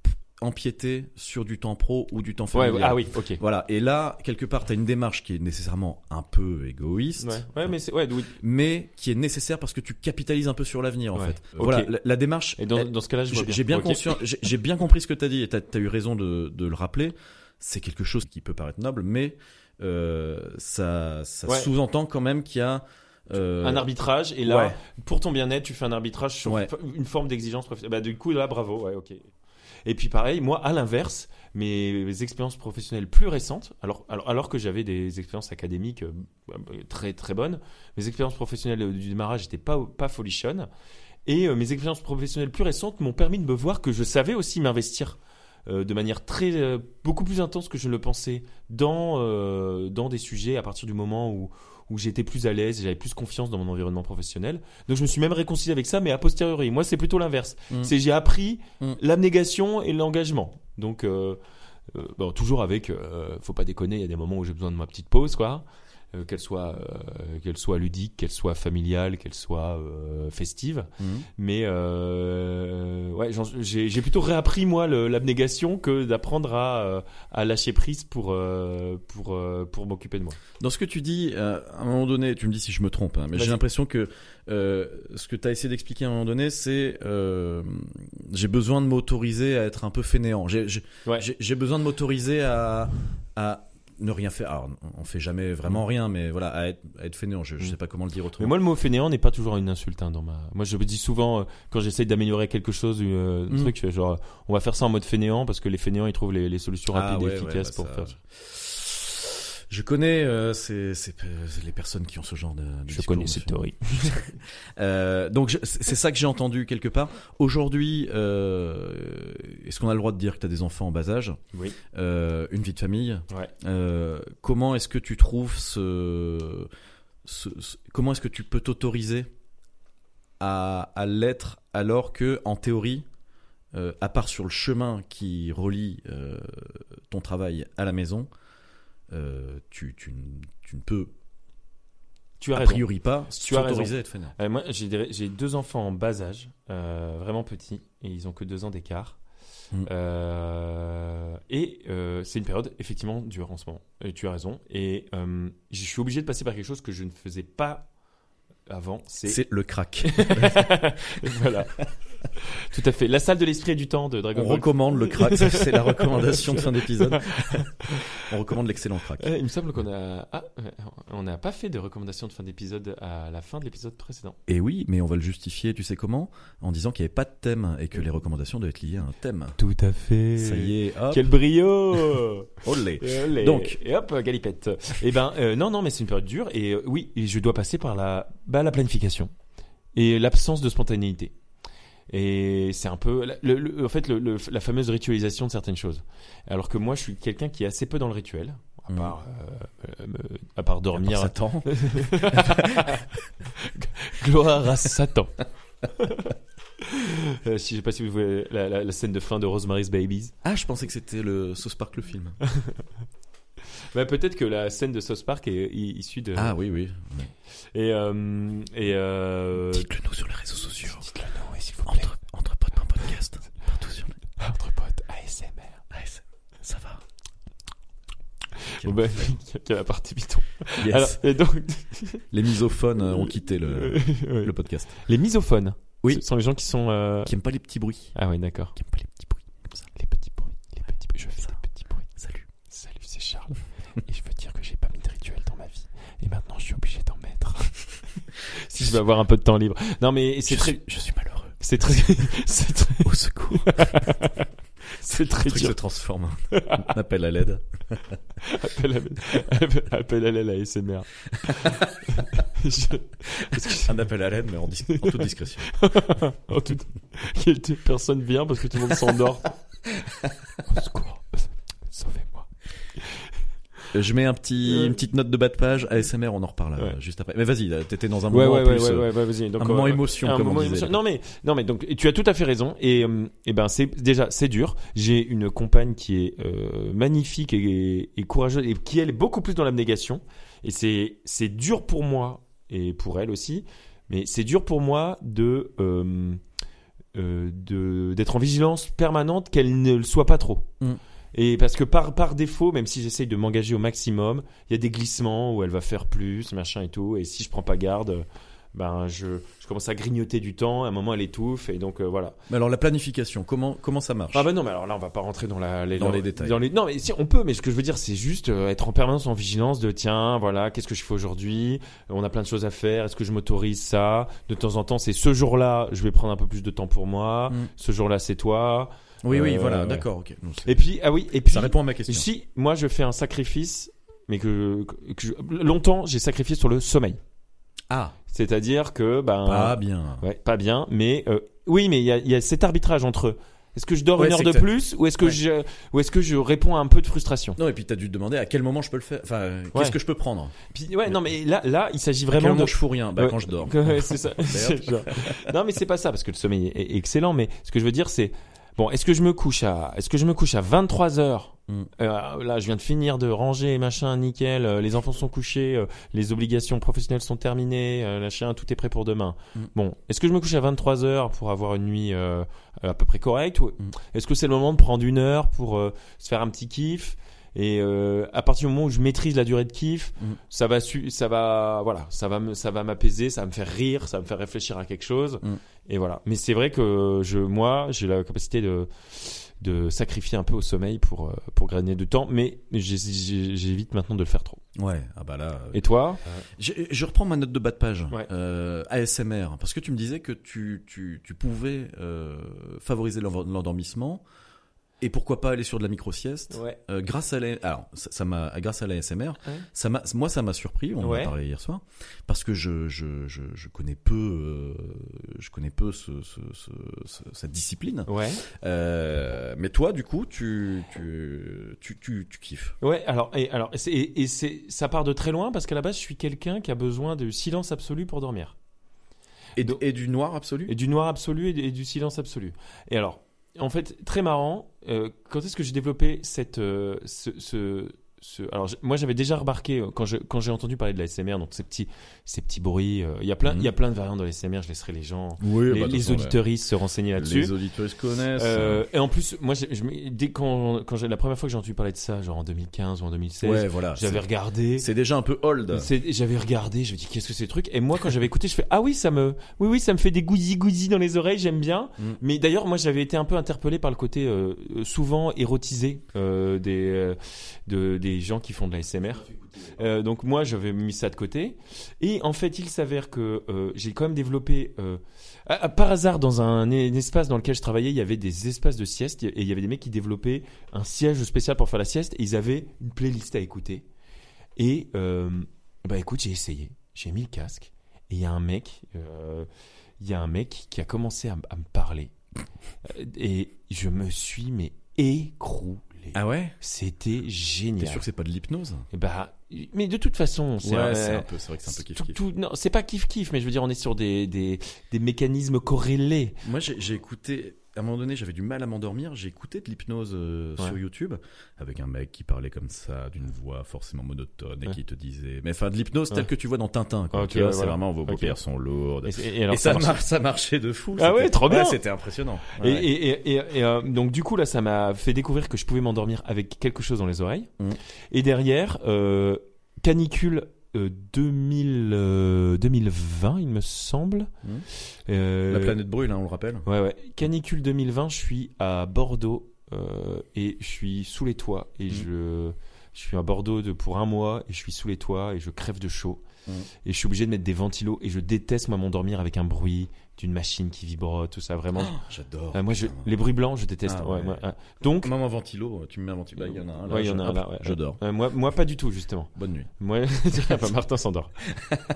Speaker 8: p- empiéter sur du temps pro ou du temps
Speaker 9: ouais,
Speaker 8: familial.
Speaker 9: ouais, ah oui, ok.
Speaker 8: Voilà, et là, quelque part, tu as une démarche qui est nécessairement un peu égoïste,
Speaker 9: Ouais, ouais, mais c'est ouais, oui.
Speaker 8: mais qui est nécessaire parce que tu capitalises un peu sur l'avenir, en
Speaker 9: Ouais.
Speaker 8: fait.
Speaker 9: Ok.
Speaker 8: Voilà, la, la démarche...
Speaker 9: Et dans,
Speaker 8: elle-
Speaker 9: dans ce cas-là, je vois
Speaker 8: Eh, j'ai j'ai bien,
Speaker 9: Ok.
Speaker 8: conscient- j'ai- j'ai bien compris ce que tu as dit et tu as, eu raison de, de le rappeler. C'est quelque chose qui peut paraître noble, mais euh, ça, ça
Speaker 9: Ouais.
Speaker 8: sous-entend quand même qu'il y a. euh,
Speaker 9: Un arbitrage et là,
Speaker 8: ouais.
Speaker 9: pour ton bien-être, tu fais un arbitrage sur
Speaker 8: Ouais.
Speaker 9: une forme d'exigence professionnelle. Bah, du coup là, bravo, ouais, ok. Et puis pareil, moi, à l'inverse, mes, mes expériences professionnelles plus récentes, alors, alors, alors que j'avais des expériences académiques euh, euh, très très bonnes, mes expériences professionnelles euh, du démarrage n'étaient pas, pas folichonnes. Et euh, mes expériences professionnelles plus récentes m'ont permis de me voir que je savais aussi m'investir euh, de manière très euh, beaucoup plus intense que je ne le pensais dans euh, dans des sujets à partir du moment où où j'étais plus à l'aise, j'avais plus confiance dans mon environnement professionnel. Donc je me suis même réconcilié avec ça, mais a posteriori. Moi, c'est plutôt l'inverse.
Speaker 8: Mm.
Speaker 9: C'est j'ai appris
Speaker 8: Mm.
Speaker 9: l'abnégation et l'engagement. Donc euh, euh, bon, toujours avec, euh, faut pas déconner, il y a des moments où j'ai besoin de ma petite pause, quoi. Euh, qu'elle soit, euh, qu'elle soit ludique, qu'elle soit familiale, qu'elle soit euh, festive.
Speaker 8: Mhm.
Speaker 9: Mais euh, ouais, j'en- j'ai j'ai plutôt réappris moi le- l'abnégation que d'apprendre à, euh, à lâcher prise pour euh, pour euh, pour m'occuper de moi.
Speaker 8: Dans ce que tu dis, euh, à un moment donné, tu me dis si je me trompe, hein, mais
Speaker 9: Vas-y.
Speaker 8: j'ai l'impression que euh, ce que tu as essayé d'expliquer à un moment donné, c'est euh, j'ai besoin de m'autoriser à être un peu fainéant. J'ai j'ai-
Speaker 9: Ouais.
Speaker 8: j'ai- j'ai besoin de m'autoriser à, à ne rien faire. Alors, on fait jamais vraiment rien, mais voilà, à être, à être fainéant. Je, je
Speaker 9: Mm.
Speaker 8: sais pas comment le dire
Speaker 9: Mais
Speaker 8: autrement.
Speaker 9: moi, le mot fainéant n'est pas toujours une insulte hein, dans ma. Moi, je me dis souvent euh, quand j'essaye d'améliorer quelque chose, euh, un
Speaker 8: Mm.
Speaker 9: truc, je fais genre, euh, on va faire ça en mode fainéant parce que les fainéants ils trouvent les, les solutions
Speaker 8: Ah,
Speaker 9: rapides et
Speaker 8: ouais, ouais,
Speaker 9: efficaces
Speaker 8: bah,
Speaker 9: pour
Speaker 8: ça-
Speaker 9: faire.
Speaker 8: Je connais euh, ces- ces- euh, les personnes qui ont ce genre de. de
Speaker 9: Je
Speaker 8: discours,
Speaker 9: connais
Speaker 8: monsieur.
Speaker 9: cette théorie.
Speaker 8: Euh, donc je- c'est c'est ça que j'ai entendu quelque part. Aujourd'hui, euh, est-ce qu'on a le droit de dire que tu as des enfants en bas âge
Speaker 9: Oui.
Speaker 8: Euh, Une vie de famille
Speaker 9: Ouais.
Speaker 8: Euh, Comment est-ce que tu trouves ce... ce- ce- comment est-ce que tu peux t'autoriser à, à l'être alors que, en théorie, euh, à part sur le chemin qui relie euh, ton travail à la maison, euh, tu, tu, n- tu ne peux
Speaker 9: Tu as
Speaker 8: a
Speaker 9: raison.
Speaker 8: priori pas
Speaker 9: Tu as raison.
Speaker 8: t'autoriser à être fainéant.
Speaker 9: Euh, moi, j'ai des- j'ai deux enfants en bas âge, euh, vraiment petits, et ils ont que deux ans d'écart.
Speaker 8: Mm.
Speaker 9: Euh, et euh, c'est une période effectivement dure en ce moment. Et tu as raison. Et euh, je suis obligé de passer par quelque chose que je ne faisais pas avant. C'est
Speaker 8: C'est le crack.
Speaker 9: voilà. Tout à fait. La salle de l'esprit et du temps de Dragon
Speaker 8: On
Speaker 9: Ball.
Speaker 8: recommande le crack, ça, c'est la recommandation de fin d'épisode. On recommande l'excellent crack.
Speaker 9: Euh, il me semble qu'on a ah, euh, on n'a pas fait de recommandation de fin d'épisode à la fin de l'épisode précédent.
Speaker 8: Et oui, mais on va le justifier, tu sais comment En disant qu'il n'y avait pas de thème et que les recommandations devaient être liées à un thème.
Speaker 9: Tout à fait.
Speaker 8: Ça y est, hop,
Speaker 9: Quel brio
Speaker 8: olé.
Speaker 9: Et olé.
Speaker 8: Donc.
Speaker 9: Euh, et hop, galipette. Eh ben, euh, non, non, mais c'est une période dure. Et euh, oui, et je dois passer par la, bah, la planification et l'absence de spontanéité. Et c'est un peu, la- le- le- en fait, le- le- la fameuse ritualisation de certaines choses. Alors que moi, je suis quelqu'un qui est assez peu dans le rituel, à
Speaker 8: Mhm.
Speaker 9: part, euh, euh, euh, à part dormir.
Speaker 8: Satan.
Speaker 9: Gloire à Satan. Euh, si je sais pas si vous voyez la, la- la scène de fin de Rosemary's Babies.
Speaker 8: Ah, je pensais que c'était le Sauce Park le film.
Speaker 9: Bah, peut-être que la scène de South Park est, est issue de.
Speaker 8: Ah oui, oui.
Speaker 9: Et euh, et euh,
Speaker 8: Dites-le nous sur les réseaux sociaux. Dites-le nous, s'il vous plaît. Entre, entre potes, un podcast. Partout sur le...
Speaker 9: entre potes ASMR.
Speaker 8: ASM. Ça va.
Speaker 9: Bon, bah, qui a la partie biton.
Speaker 8: Yes.
Speaker 9: Alors, et donc,
Speaker 8: les misophones euh, ont quitté le,
Speaker 9: Ouais.
Speaker 8: le podcast.
Speaker 9: les misophones.
Speaker 8: Oui.
Speaker 9: Ce sont les gens qui sont. euh,
Speaker 8: Qui aiment pas les petits bruits.
Speaker 9: Ah oui, d'accord.
Speaker 8: Qui aiment pas les petits bruits. Comme ça.
Speaker 9: Les petits bruits. Les petits bruits. Je fais des petits bruits.
Speaker 8: Salut.
Speaker 9: Salut, c'est Charles. et je veux dire que j'ai pas mis de rituel dans ma vie. Et maintenant, je suis obligé d'en mettre. si je veux avoir un peu de temps libre. Non, mais c'est
Speaker 8: Je
Speaker 9: très.
Speaker 8: suis- je suis malheureux.
Speaker 9: C'est très. c'est très.
Speaker 8: Au secours.
Speaker 9: C'est très
Speaker 8: Le truc
Speaker 9: dur.
Speaker 8: se transforme. On appelle à l'aide.
Speaker 9: Appel à- Appel à l'aile à ASMR. Je-
Speaker 8: Un appel à l'aide, mais en, dis- en toute discrétion.
Speaker 9: En tout... Quelle personne vient parce que tout le monde s'endort. Au secours. Sauvez-moi.
Speaker 8: Je mets un petit, une petite note de bas de page. ASMR, on en reparle euh,
Speaker 9: Euh. Ouais.
Speaker 8: juste après. Mais vas-y, là, t'étais dans un
Speaker 9: Ouais,
Speaker 8: moment
Speaker 9: ouais,
Speaker 8: en
Speaker 9: ouais,
Speaker 8: plus.
Speaker 9: ouais,
Speaker 8: euh,
Speaker 9: ouais, ouais, vas-y. Donc,
Speaker 8: un
Speaker 9: euh,
Speaker 8: moment émotion,
Speaker 9: un
Speaker 8: comme
Speaker 9: moment
Speaker 8: on disait.
Speaker 9: émotion. Non mais, non mais donc tu as tout à fait raison. Et, euh, et ben c'est déjà c'est dur. J'ai une compagne qui est euh, magnifique et, et courageuse et qui elle est beaucoup plus dans l'abnégation. Et c'est c'est dur pour moi et pour elle aussi. Mais c'est dur pour moi de euh, euh, de- d'être en vigilance permanente qu'elle ne le soit pas trop.
Speaker 8: Mm.
Speaker 9: Et parce que par, par défaut, même si j'essaye de m'engager au maximum, il y a des glissements où elle va faire plus, machin et tout. Et si je prends pas garde, euh, ben je, je commence à grignoter du temps. À un moment, elle étouffe et donc euh, voilà.
Speaker 8: Mais alors, la planification, comment, comment ça marche
Speaker 9: Ah bah non, mais alors là, on va pas rentrer dans la
Speaker 8: Dans les détails.
Speaker 9: dans les- Non, mais si on peut, mais ce que je veux dire, c'est juste euh, être en permanence en vigilance de tiens, voilà, qu'est-ce que je fais aujourd'hui Euh, On a plein de choses à faire. Est-ce que je m'autorise ça De temps en temps, c'est ce jour-là, je vais prendre un peu plus de temps pour moi.
Speaker 8: Mm.
Speaker 9: Ce jour-là, c'est toi.
Speaker 8: Oui, oui,
Speaker 9: Euh,
Speaker 8: voilà,
Speaker 9: ouais.
Speaker 8: d'accord, ok. Non, c'est-
Speaker 9: Et puis, ah oui, et puis.
Speaker 8: ça répond à ma question.
Speaker 9: Si moi je fais un sacrifice, mais que, que je- longtemps j'ai sacrifié sur le sommeil.
Speaker 8: Ah,
Speaker 9: C'est-à-dire que ben
Speaker 8: pas bien.
Speaker 9: ouais, pas bien, mais euh, oui, mais il y a, il y a cet arbitrage entre est-ce que je dors
Speaker 8: Ouais,
Speaker 9: une heure
Speaker 8: c'est
Speaker 9: de
Speaker 8: que t'as-
Speaker 9: plus ou est-ce que
Speaker 8: Ouais.
Speaker 9: je ou est-ce que je réponds à un peu de frustration.
Speaker 8: Non, et puis t'as dû te demander à quel moment je peux le faire. Enfin, euh,
Speaker 9: Ouais.
Speaker 8: qu'est-ce que je peux prendre
Speaker 9: Puis, ouais, non mais là là il s'agit
Speaker 8: À quel
Speaker 9: vraiment
Speaker 8: moment
Speaker 9: de
Speaker 8: je fous rien Bah,
Speaker 9: Ouais.
Speaker 8: quand je dors.
Speaker 9: Ouais, c'est ça.
Speaker 8: Merde.
Speaker 9: Genre- non, mais c'est pas ça parce que le sommeil est- est excellent. Mais ce que je veux dire, c'est bon. Est-ce que je me couche à Est-ce que je me couche à 23 heures
Speaker 8: Mm.
Speaker 9: Euh, Là, je viens de finir de ranger, machin, nickel. euh, les enfants sont couchés, euh, les obligations professionnelles sont terminées, euh, la chien, tout est prêt pour demain.
Speaker 8: Mm.
Speaker 9: Bon, est-ce que je me couche à 23 heures pour avoir une nuit euh, à peu près correcte ou
Speaker 8: Mm.
Speaker 9: Est-ce que c'est le moment de prendre une heure pour euh, se faire un petit kiff et euh, à partir du moment où je maîtrise la durée de kiff,
Speaker 8: Mhm.
Speaker 9: ça va su- ça va voilà, ça va me, ça va m'apaiser, ça va me faire rire, ça va me faire réfléchir à quelque chose
Speaker 8: Mhm.
Speaker 9: et voilà. Mais c'est vrai que je moi, j'ai la capacité de de sacrifier un peu au sommeil pour euh, pour gagner du temps, mais j'ai- j'ai- j'évite maintenant de le faire trop.
Speaker 8: Ouais, ah bah là. euh,
Speaker 9: Et toi
Speaker 8: Je, je reprends ma note de bas de page.
Speaker 9: Ouais.
Speaker 8: Euh, ASMR, parce que tu me disais que tu, tu, tu pouvais euh, favoriser l'en- l'endormissement et pourquoi pas aller sur de la micro-sieste.
Speaker 9: Ouais.
Speaker 8: Euh, grâce à la, alors ça ça m'a grâce à la SMR,
Speaker 9: Ouais.
Speaker 8: ça m'a moi ça m'a surpris, on en
Speaker 9: Ouais.
Speaker 8: a parlé hier soir parce que je je je, je connais peu euh, je connais peu ce, ce, ce, ce- cette discipline.
Speaker 9: Ouais.
Speaker 8: Euh, mais toi du coup tu tu tu tu, tu kiffes.
Speaker 9: Ouais, alors et alors c'est- et, et c'est ça part de très loin parce qu'à la base, je suis quelqu'un qui a besoin de silence absolu pour dormir.
Speaker 8: Et,
Speaker 9: Donc-
Speaker 8: et du noir absolu.
Speaker 9: Et du noir absolu et du, et du silence absolu. Et alors, en fait, très marrant, euh, quand est-ce que j'ai développé cette, euh, ce, ce- ce- alors j- moi j'avais déjà remarqué euh, quand je- quand j'ai entendu parler de la SMR, donc ces petits ces petits bruits, euh, il y a plein
Speaker 8: Mhm.
Speaker 9: il y a plein de variantes de la SMR, je laisserai les gens
Speaker 8: Oui, bah,
Speaker 9: les, les auditeuristes se renseigner là-dessus.
Speaker 8: Les auditeurs se connaissent.
Speaker 9: Euh, et en plus, moi, j'ai- je m'ai- dès quand, quand j'ai- la première fois que j'ai entendu parler de ça, genre en 2015 ou en 2016,
Speaker 8: ouais, voilà.
Speaker 9: j'avais
Speaker 8: C'est-
Speaker 9: regardé.
Speaker 8: C'est déjà un peu old.
Speaker 9: C'est- J'avais regardé, je me dis qu'est-ce que c'est le truc Et moi quand j'avais écouté, je fais ah oui ça me, oui oui ça me fait des gouzis gouzis dans les oreilles, j'aime bien.
Speaker 8: Mm.
Speaker 9: Mais d'ailleurs moi j'avais été un peu interpellé par le côté euh, euh, souvent érotisé euh, des euh, de, des gens qui font de la SMR. Euh, donc moi j'avais mis ça de côté. Et en fait il s'avère que euh, j'ai quand même développé euh, ah, ah, par hasard dans un, un espace dans lequel je travaillais, il y avait des espaces de sieste et il y avait des mecs qui développaient un siège spécial pour faire la sieste et ils avaient une playlist à écouter. Et euh, bah écoute, j'ai essayé, j'ai mis le casque et il y a un mec, euh, il y a un mec qui a commencé à, m- à me parler Euh, et je me suis mais écroulé.
Speaker 8: Ah ouais.
Speaker 9: C'était
Speaker 8: T'es
Speaker 9: génial.
Speaker 8: sûr que c'est pas de l'hypnose
Speaker 9: Et bah, mais de toute façon, c'est un-
Speaker 8: Ouais, c'est un peu. C'est vrai que c'est un peu kiff
Speaker 9: tout- tout- non, c'est pas kiff kiff, mais je veux dire, on est sur des, des, des mécanismes corrélés.
Speaker 8: Moi, j'ai j'ai écouté. À un moment donné, j'avais du mal à m'endormir. J'ai écouté de l'hypnose euh, sur
Speaker 9: Ouais.
Speaker 8: YouTube avec un mec qui parlait comme ça, d'une voix forcément monotone et
Speaker 9: Ouais.
Speaker 8: qui te disait. Mais enfin, de l'hypnose
Speaker 9: Ouais. Ah,
Speaker 8: telle que tu vois dans Tintin. Quoi,
Speaker 9: Ok,
Speaker 8: tu vois,
Speaker 9: ouais,
Speaker 8: c'est
Speaker 9: voilà.
Speaker 8: vraiment vos
Speaker 9: Ok.
Speaker 8: paupières sont lourdes.
Speaker 9: Et,
Speaker 8: Et,
Speaker 9: c'est- et alors,
Speaker 8: ça,
Speaker 9: marche-
Speaker 8: mar- ça marchait de fou.
Speaker 9: Ah
Speaker 8: c'était-
Speaker 9: ouais, trop bien.
Speaker 8: C'était impressionnant.
Speaker 9: Et,
Speaker 8: Ouais.
Speaker 9: et- et- et- et, euh, donc du coup là, ça m'a fait découvrir que je pouvais m'endormir avec quelque chose dans les oreilles.
Speaker 8: Mhm.
Speaker 9: Et derrière, euh, canicule euh, 2000, euh, 2020, il me semble.
Speaker 8: Mhm.
Speaker 9: Euh,
Speaker 8: La planète brûle, hein, on le rappelle.
Speaker 9: Ouais ouais. Canicule 2020, je suis à Bordeaux euh, et je suis sous les toits et je je suis à Bordeaux de, pour un mois et je suis sous les toits et je crève de chaud
Speaker 8: Mhm.
Speaker 9: et je suis obligé de mettre des ventilos et je déteste moi m'endormir avec un bruit d'une machine qui vibre tout ça vraiment.
Speaker 8: J'adore.
Speaker 9: Euh, moi, je,
Speaker 8: putain.
Speaker 9: les bruits blancs, je déteste.
Speaker 8: Ah
Speaker 9: Ouais,
Speaker 8: ouais.
Speaker 9: moi, euh, donc,
Speaker 8: Maman ventilo, tu me mets un ventilo. Bah, Il y en a un là.
Speaker 9: Ouais, il y
Speaker 8: je-
Speaker 9: en a un,
Speaker 8: hop,
Speaker 9: là, ouais.
Speaker 8: Je dors.
Speaker 9: euh, moi, moi, pas du tout, justement.
Speaker 8: Bonne nuit.
Speaker 9: Moi, Ah, bah, Martin s'endort.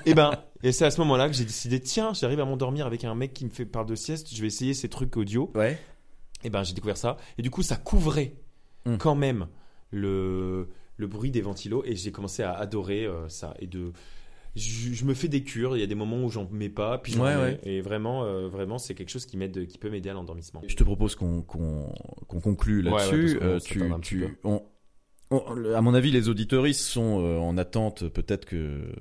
Speaker 9: et ben, et c'est à ce moment-là que j'ai décidé, tiens, j'arrive à m'endormir avec un mec qui me fait parle de sieste. Je vais essayer ces trucs audio.
Speaker 8: Ouais.
Speaker 9: Et ben, j'ai découvert ça. Et du coup, ça couvrait
Speaker 8: Hmm.
Speaker 9: quand même le le bruit des ventilos. Et j'ai commencé à adorer euh, ça et de. Je, je me fais des cures, il y a des moments où j'en mets pas, puis j'en
Speaker 8: Ouais,
Speaker 9: mets.
Speaker 8: ouais.
Speaker 9: et vraiment, euh, vraiment, c'est quelque chose qui m'aide, qui peut m'aider à l'endormissement.
Speaker 8: Je te propose qu'on qu'on qu'on conclue
Speaker 9: Ouais, ouais, parce
Speaker 8: là-dessus.
Speaker 9: qu'on
Speaker 8: Euh,
Speaker 9: s'attarde
Speaker 8: tu,
Speaker 9: un petit
Speaker 8: tu, on, on- le- à mon avis, les auditeuristes sont euh, en attente peut-être que,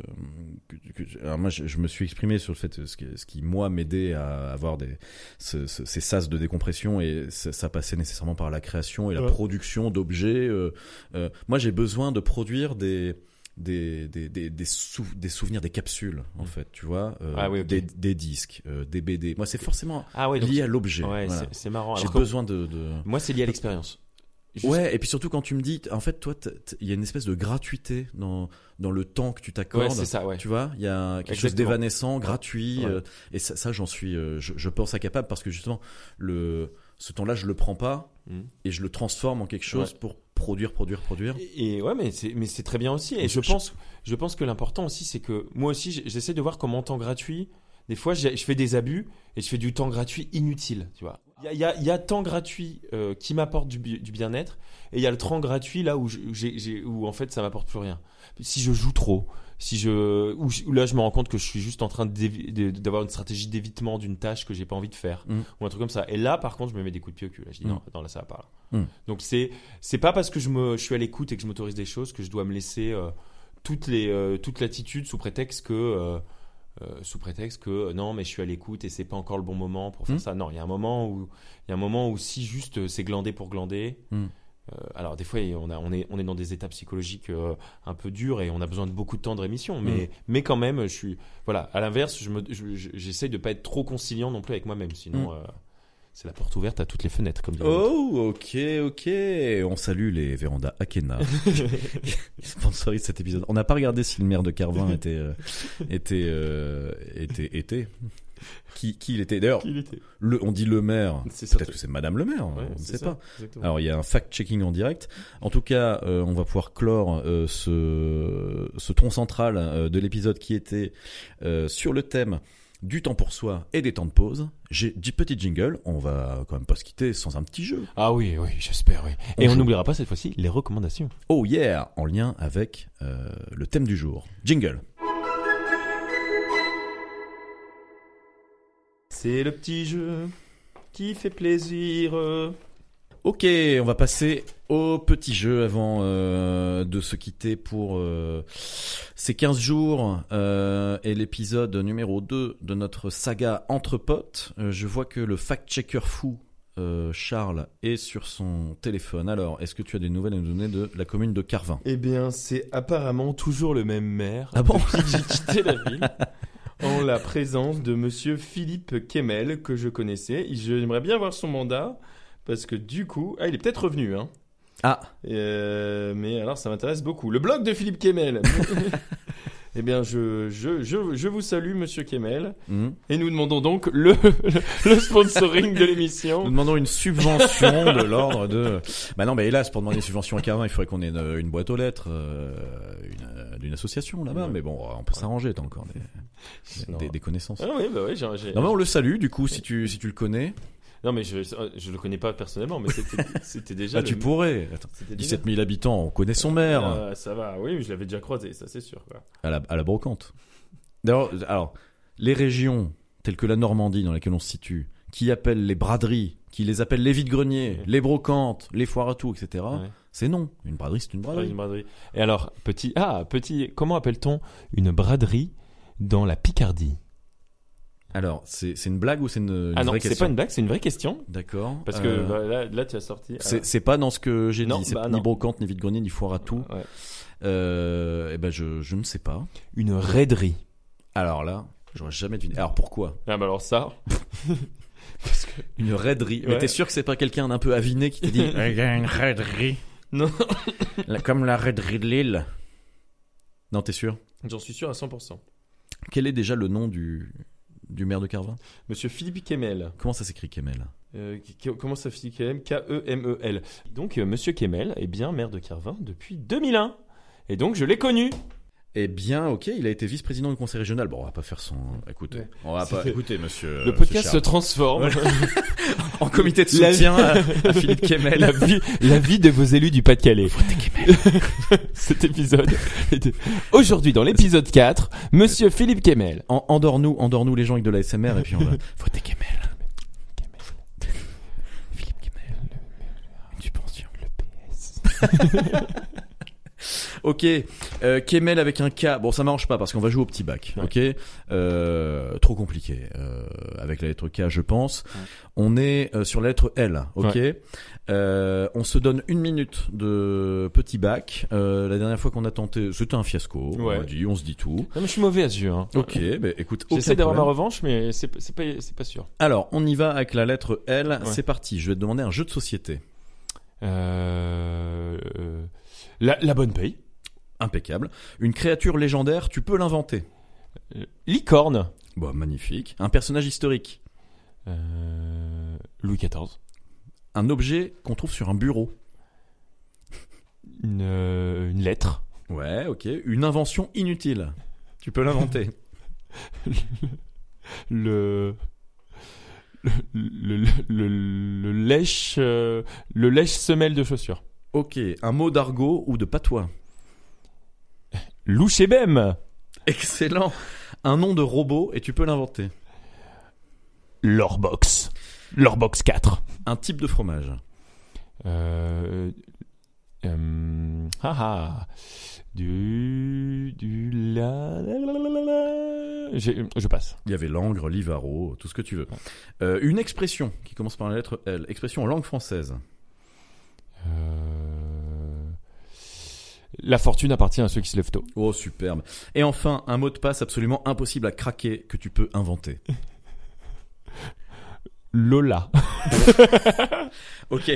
Speaker 8: que- que- Alors moi, je, je me suis exprimé sur le fait euh, ce, que- ce qui moi m'aidait à avoir des ce- ce- ces sas de décompression et ça, ça passait nécessairement par la création et la
Speaker 9: Ouais.
Speaker 8: production d'objets. euh, euh, moi, j'ai besoin de produire des des, des, des, des, sou- des souvenirs, des capsules en fait, tu vois, euh,
Speaker 9: Mm. Ah oui, ok.
Speaker 8: des, des disques, euh, des BD. Moi, c'est forcément
Speaker 9: Ah ouais, donc-
Speaker 8: lié à l'objet.
Speaker 9: Ouais,
Speaker 8: voilà.
Speaker 9: c'est- c'est marrant.
Speaker 8: J'ai
Speaker 9: Alors que-
Speaker 8: besoin de. de-
Speaker 9: Moi, c'est lié à l'expérience. Juste-
Speaker 8: Ouais, et puis surtout quand tu me dis, en fait, toi, t'as- t'as- il y a une espèce de gratuité dans, dans le temps que tu
Speaker 9: Ouais,
Speaker 8: t'accordes.
Speaker 9: c'est ça, ouais.
Speaker 8: Tu vois, il y a quelque chose
Speaker 9: Exactement.
Speaker 8: d'évanescent, gratuit,
Speaker 9: Ouais.
Speaker 8: euh, et ça, ça, j'en suis, euh, je, je pense, incapable parce que justement, le, ce temps-là, je le prends pas
Speaker 9: Mhm.
Speaker 8: et je le transforme en quelque chose pour produire, produire, produire.
Speaker 9: Et et ouais, mais c'est mais c'est très bien aussi. Et je
Speaker 8: Je-
Speaker 9: pense je pense que l'important aussi c'est que moi aussi j'- j'essaie de voir comment en temps gratuit. Des fois j'ai- je fais des abus et je fais du temps gratuit inutile, tu vois. Il y a, il y a- il y a temps gratuit euh, qui m'apporte du, bi- du bien-être et il y a le temps gratuit là où, je- où j'ai- j'ai- où en fait ça m'apporte plus rien. Si je joue trop, si je ou, je- ou là je me rends compte que je suis juste en train d'évi- de- d'avoir une stratégie d'évitement d'une tâche que j'ai pas envie de faire
Speaker 8: Mm.
Speaker 9: ou un truc comme ça. Et là par contre je me mets des coups de pied au cul. Là, je dis
Speaker 8: Mm.
Speaker 9: non, non là ça va pas. là.
Speaker 8: Mm.
Speaker 9: Donc c'est c'est pas parce que je me je suis à l'écoute et que je m'autorise des choses que je dois me laisser euh, toutes les euh, toute l'attitude sous prétexte que euh, euh, sous prétexte que euh, non mais je suis à l'écoute et c'est pas encore le bon moment pour faire
Speaker 8: Mm.
Speaker 9: ça. Non, il y a un moment où il y a un moment où si juste euh, c'est glander pour glander.
Speaker 8: Mm.
Speaker 9: euh, alors des fois on, a, on, est, on est dans des étapes psychologiques euh, un peu dures et on a besoin de beaucoup de temps de rémission mais, mais quand même je suis voilà à l'inverse je me- je- je- j'essaye de pas être trop conciliant non plus avec moi-même sinon euh, c'est la porte ouverte à toutes les fenêtres comme dit l'autre.
Speaker 8: Oh, ok, ok. On salue les vérandas Akena qui sponsorisent cet épisode. On n'a pas regardé si le maire de Carvin était, euh, était, euh, était, était. Qui, qui il était. D'ailleurs, le, on dit le maire.
Speaker 9: C'est ça.
Speaker 8: Peut-être que c'est Madame le maire.
Speaker 9: Ouais,
Speaker 8: on ne
Speaker 9: c'est
Speaker 8: sait
Speaker 9: ça,
Speaker 8: pas.
Speaker 9: exactement.
Speaker 8: Alors il y a un fact-checking en direct. En tout cas, euh, on va pouvoir clore euh, ce, ce tronc central euh, de l'épisode qui était euh, sur le thème du temps pour soi et des temps de pause. J'ai dit petit jingle, on va quand même pas se quitter sans un petit jeu.
Speaker 9: Ah oui, oui, j'espère, oui.
Speaker 8: On
Speaker 9: Et on
Speaker 8: joue.
Speaker 9: n'oubliera pas cette fois-ci les recommandations.
Speaker 8: Oh yeah, en lien avec euh, le thème du jour. Jingle.
Speaker 9: C'est le petit jeu qui fait plaisir.
Speaker 8: Ok, on va passer au petit jeu avant euh, de se quitter pour euh, ces 15 jours euh, et l'épisode numéro 2 de notre saga Entre potes. Euh, je vois que le fact-checker fou euh, Charles est sur son téléphone. Alors, est-ce que tu as des nouvelles à nous donner de la commune de Carvin
Speaker 9: Eh bien, c'est apparemment toujours le même maire.
Speaker 8: Ah bon
Speaker 9: depuis que J'ai quitté la ville. En la présence de monsieur Philippe Kemel, que je connaissais. Et J'aimerais bien voir son mandat, parce que du coup. Ah, il est peut-être revenu, hein.
Speaker 8: Ah,
Speaker 9: Euh, mais alors, ça m'intéresse beaucoup. Le blog de Philippe Kemel Eh bien, je, je, je, je vous salue, monsieur Kemel.
Speaker 8: hmm.
Speaker 9: Et nous demandons donc le, le sponsoring de
Speaker 8: nous
Speaker 9: l'émission.
Speaker 8: demandons une subvention de l'ordre de... Bah non, mais hélas, pour demander une subvention à Carvin, il faudrait qu'on ait une, une boîte aux lettres euh, une, euh, d'une association là-bas.
Speaker 9: Ouais.
Speaker 8: Mais bon, on peut s'arranger, t'as encore des...
Speaker 9: Non.
Speaker 8: des, des connaissances.
Speaker 9: Ah oui, bah oui, j'ai- j'ai-
Speaker 8: Non mais on le salue du coup si tu si tu le connais.
Speaker 9: Non, mais je, je le connais pas personnellement, mais c'était- c'était déjà.
Speaker 8: Ah tu
Speaker 9: le-
Speaker 8: pourrais. Attends,
Speaker 9: c'était déjà-
Speaker 8: 17 000 habitants, on connaît son maire
Speaker 9: Ah, ça va, oui, je l'avais déjà croisé, ça c'est sûr. quoi.
Speaker 8: à la à la brocante. D'ailleurs, alors les régions telles que la Normandie dans laquelle on se situe, qui appellent les braderies, qui les appellent les vides greniers,
Speaker 9: Ouais.
Speaker 8: les brocantes, les foires à tout, etc.
Speaker 9: Ouais.
Speaker 8: C'est non. Une braderie c'est une
Speaker 9: Ah,
Speaker 8: braderie.
Speaker 9: une braderie. Et alors, petit. Ah, petit. Comment appelle-t-on une braderie dans la Picardie
Speaker 8: Alors c'est c'est une blague ou c'est une, une
Speaker 9: Ah non,
Speaker 8: vraie
Speaker 9: c'est
Speaker 8: question
Speaker 9: pas une blague, c'est une vraie question.
Speaker 8: D'accord.
Speaker 9: Parce que
Speaker 8: Euh,
Speaker 9: bah, là, là, tu as sorti. euh,
Speaker 8: c'est c'est pas dans ce que j'ai
Speaker 9: Non,
Speaker 8: dit. C'est
Speaker 9: bah
Speaker 8: ni
Speaker 9: non.
Speaker 8: brocante, ni vide grenier, ni foire à tout.
Speaker 9: ouais.
Speaker 8: Euh, eh ben je je ne sais pas.
Speaker 9: Une raiderie.
Speaker 8: Alors là, j'aurais jamais deviné. Alors pourquoi
Speaker 9: Ah, bah alors ça. Parce que.
Speaker 8: Une raiderie.
Speaker 9: Ouais.
Speaker 8: Mais t'es sûr que c'est pas quelqu'un d'un peu aviné qui t'a dit Il y a une raiderie.
Speaker 9: Non.
Speaker 8: La- Comme la raiderie de Lille. Non, t'es sûr
Speaker 9: J'en suis sûr à 100%.
Speaker 8: Quel est déjà le nom du, du maire de Carvin
Speaker 9: Monsieur Philippe Kemel.
Speaker 8: Comment ça s'écrit, Kemel
Speaker 9: Euh, qui- qui- comment ça finit KM K-E-M-E-L. Donc, euh, monsieur Kemel est bien maire de Carvin depuis 2001. Et donc, je l'ai connu.
Speaker 8: Eh bien, ok, il a été vice-président du conseil régional. Bon, on va pas faire son. Écoutez,
Speaker 9: Ouais.
Speaker 8: on va
Speaker 9: Euh, C'est-
Speaker 8: pas. Écoutez, monsieur.
Speaker 9: Le
Speaker 8: monsieur
Speaker 9: podcast se
Speaker 8: Charles.
Speaker 9: transforme.
Speaker 8: en comité de
Speaker 9: La-
Speaker 8: soutien à, à Philippe Kemel.
Speaker 9: la, vie, la vie de vos élus du Pas-de-Calais. Cet épisode. était- Aujourd'hui, dans l'épisode 4, monsieur Philippe Kemel.
Speaker 8: En- endors-nous, endors-nous les gens avec de la SMR et puis on va. Votez Kemel. Philippe Kemel. Une subvention. Ok, euh, Kemel avec un K. Bon, ça m'arrange pas parce qu'on va jouer au petit bac.
Speaker 9: Ouais.
Speaker 8: Ok, Euh, trop compliqué euh, avec la lettre K, je pense.
Speaker 9: Ouais.
Speaker 8: On est euh, sur la lettre L. Ok, Euh, on se donne une minute de petit bac. Euh, la dernière fois qu'on a tenté, c'était un fiasco.
Speaker 9: Ouais.
Speaker 8: On, a dit, on se dit tout.
Speaker 9: Non, mais je suis mauvais à ce jeu. hein.
Speaker 8: Ok, bah, écoute,
Speaker 9: J'essaie
Speaker 8: aucun
Speaker 9: d'avoir ma
Speaker 8: problème.
Speaker 9: revanche, mais c'est c'est pas, c'est pas sûr.
Speaker 8: Alors, on y va avec la lettre L.
Speaker 9: Ouais.
Speaker 8: C'est parti. Je vais te demander un jeu de société.
Speaker 9: Euh, euh, la, la bonne paye.
Speaker 8: Impeccable. Une créature légendaire, tu peux l'inventer.
Speaker 9: Euh, Licorne.
Speaker 8: Bon, magnifique. Un personnage historique.
Speaker 9: Euh, Louis XIV.
Speaker 8: un objet qu'on trouve sur un bureau.
Speaker 9: Une, euh, une lettre.
Speaker 8: Ouais, ok. Une invention inutile. Tu peux l'inventer.
Speaker 9: Le. Le, le, le, le- le lèche euh, le lèche semelle de chaussures
Speaker 8: ok. Un mot d'argot ou de patois.
Speaker 9: louche et bème
Speaker 8: Excellent. Un nom de robot et tu peux l'inventer.
Speaker 9: l'orbox l'orbox 4
Speaker 8: Un type de fromage.
Speaker 9: euh, euh, ah ah du du la, la, la, la, la, la. J'ai- je passe
Speaker 8: Il y avait l'angre, l'ivaro, tout ce que tu veux. Euh, une expression qui commence par la lettre L. Expression en langue française.
Speaker 9: Euh, la fortune appartient à ceux qui se lèvent tôt
Speaker 8: Oh, superbe. Et enfin, un mot de passe absolument impossible à craquer que tu peux inventer.
Speaker 9: Lola
Speaker 8: Ok,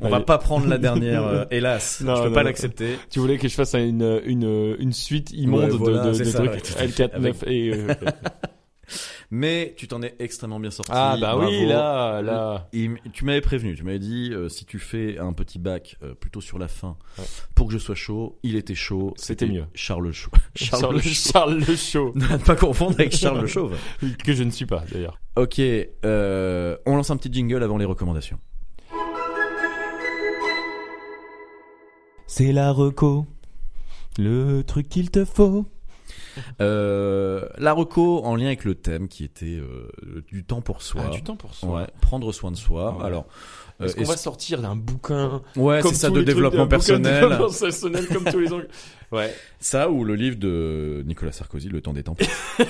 Speaker 8: on va
Speaker 9: Allez.
Speaker 8: pas prendre la dernière, euh, hélas.
Speaker 9: Non,
Speaker 8: je peux
Speaker 9: non,
Speaker 8: pas
Speaker 9: non.
Speaker 8: l'accepter.
Speaker 9: tu voulais que je fasse une une, une suite
Speaker 8: Ouais,
Speaker 9: immonde
Speaker 8: voilà,
Speaker 9: de, de,
Speaker 8: c'est
Speaker 9: de
Speaker 8: ça, ouais,
Speaker 9: trucs
Speaker 8: tout à fait.
Speaker 9: L4 9 et euh,
Speaker 8: Mais tu t'en es extrêmement bien sorti.
Speaker 9: ah bah oui
Speaker 8: bravo.
Speaker 9: là là
Speaker 8: Il m- tu m'avais prévenu, tu m'avais dit euh, si tu fais un petit bac euh, plutôt sur la fin
Speaker 9: Ouais.
Speaker 8: pour que je sois chaud, il était chaud.
Speaker 9: C'était mieux.
Speaker 8: Charles Chaud.
Speaker 9: Charles, le Charles Le Chaud,
Speaker 8: Ne pas confondre avec Charles le Chauve.
Speaker 9: que je ne suis pas d'ailleurs.
Speaker 8: Ok, euh, on lance un petit jingle avant les recommandations.
Speaker 9: C'est la reco, le truc qu'il te faut.
Speaker 8: Euh, la reco en lien avec le thème qui était euh, du temps pour soi.
Speaker 9: Ah, du temps pour soi.
Speaker 8: Ouais, prendre soin de soi.
Speaker 9: Ouais.
Speaker 8: Alors, euh,
Speaker 9: Est-ce qu'on
Speaker 8: est-ce-
Speaker 9: va sortir d'un bouquin
Speaker 8: ouais, c'est
Speaker 9: comme
Speaker 8: ça
Speaker 9: tous
Speaker 8: de
Speaker 9: les trucs
Speaker 8: développement
Speaker 9: d'un bouquin de
Speaker 8: personnel.
Speaker 9: développement personnel comme tous les ans. Ouais.
Speaker 8: Ça ou le livre de Nicolas Sarkozy, Le temps des temps. non,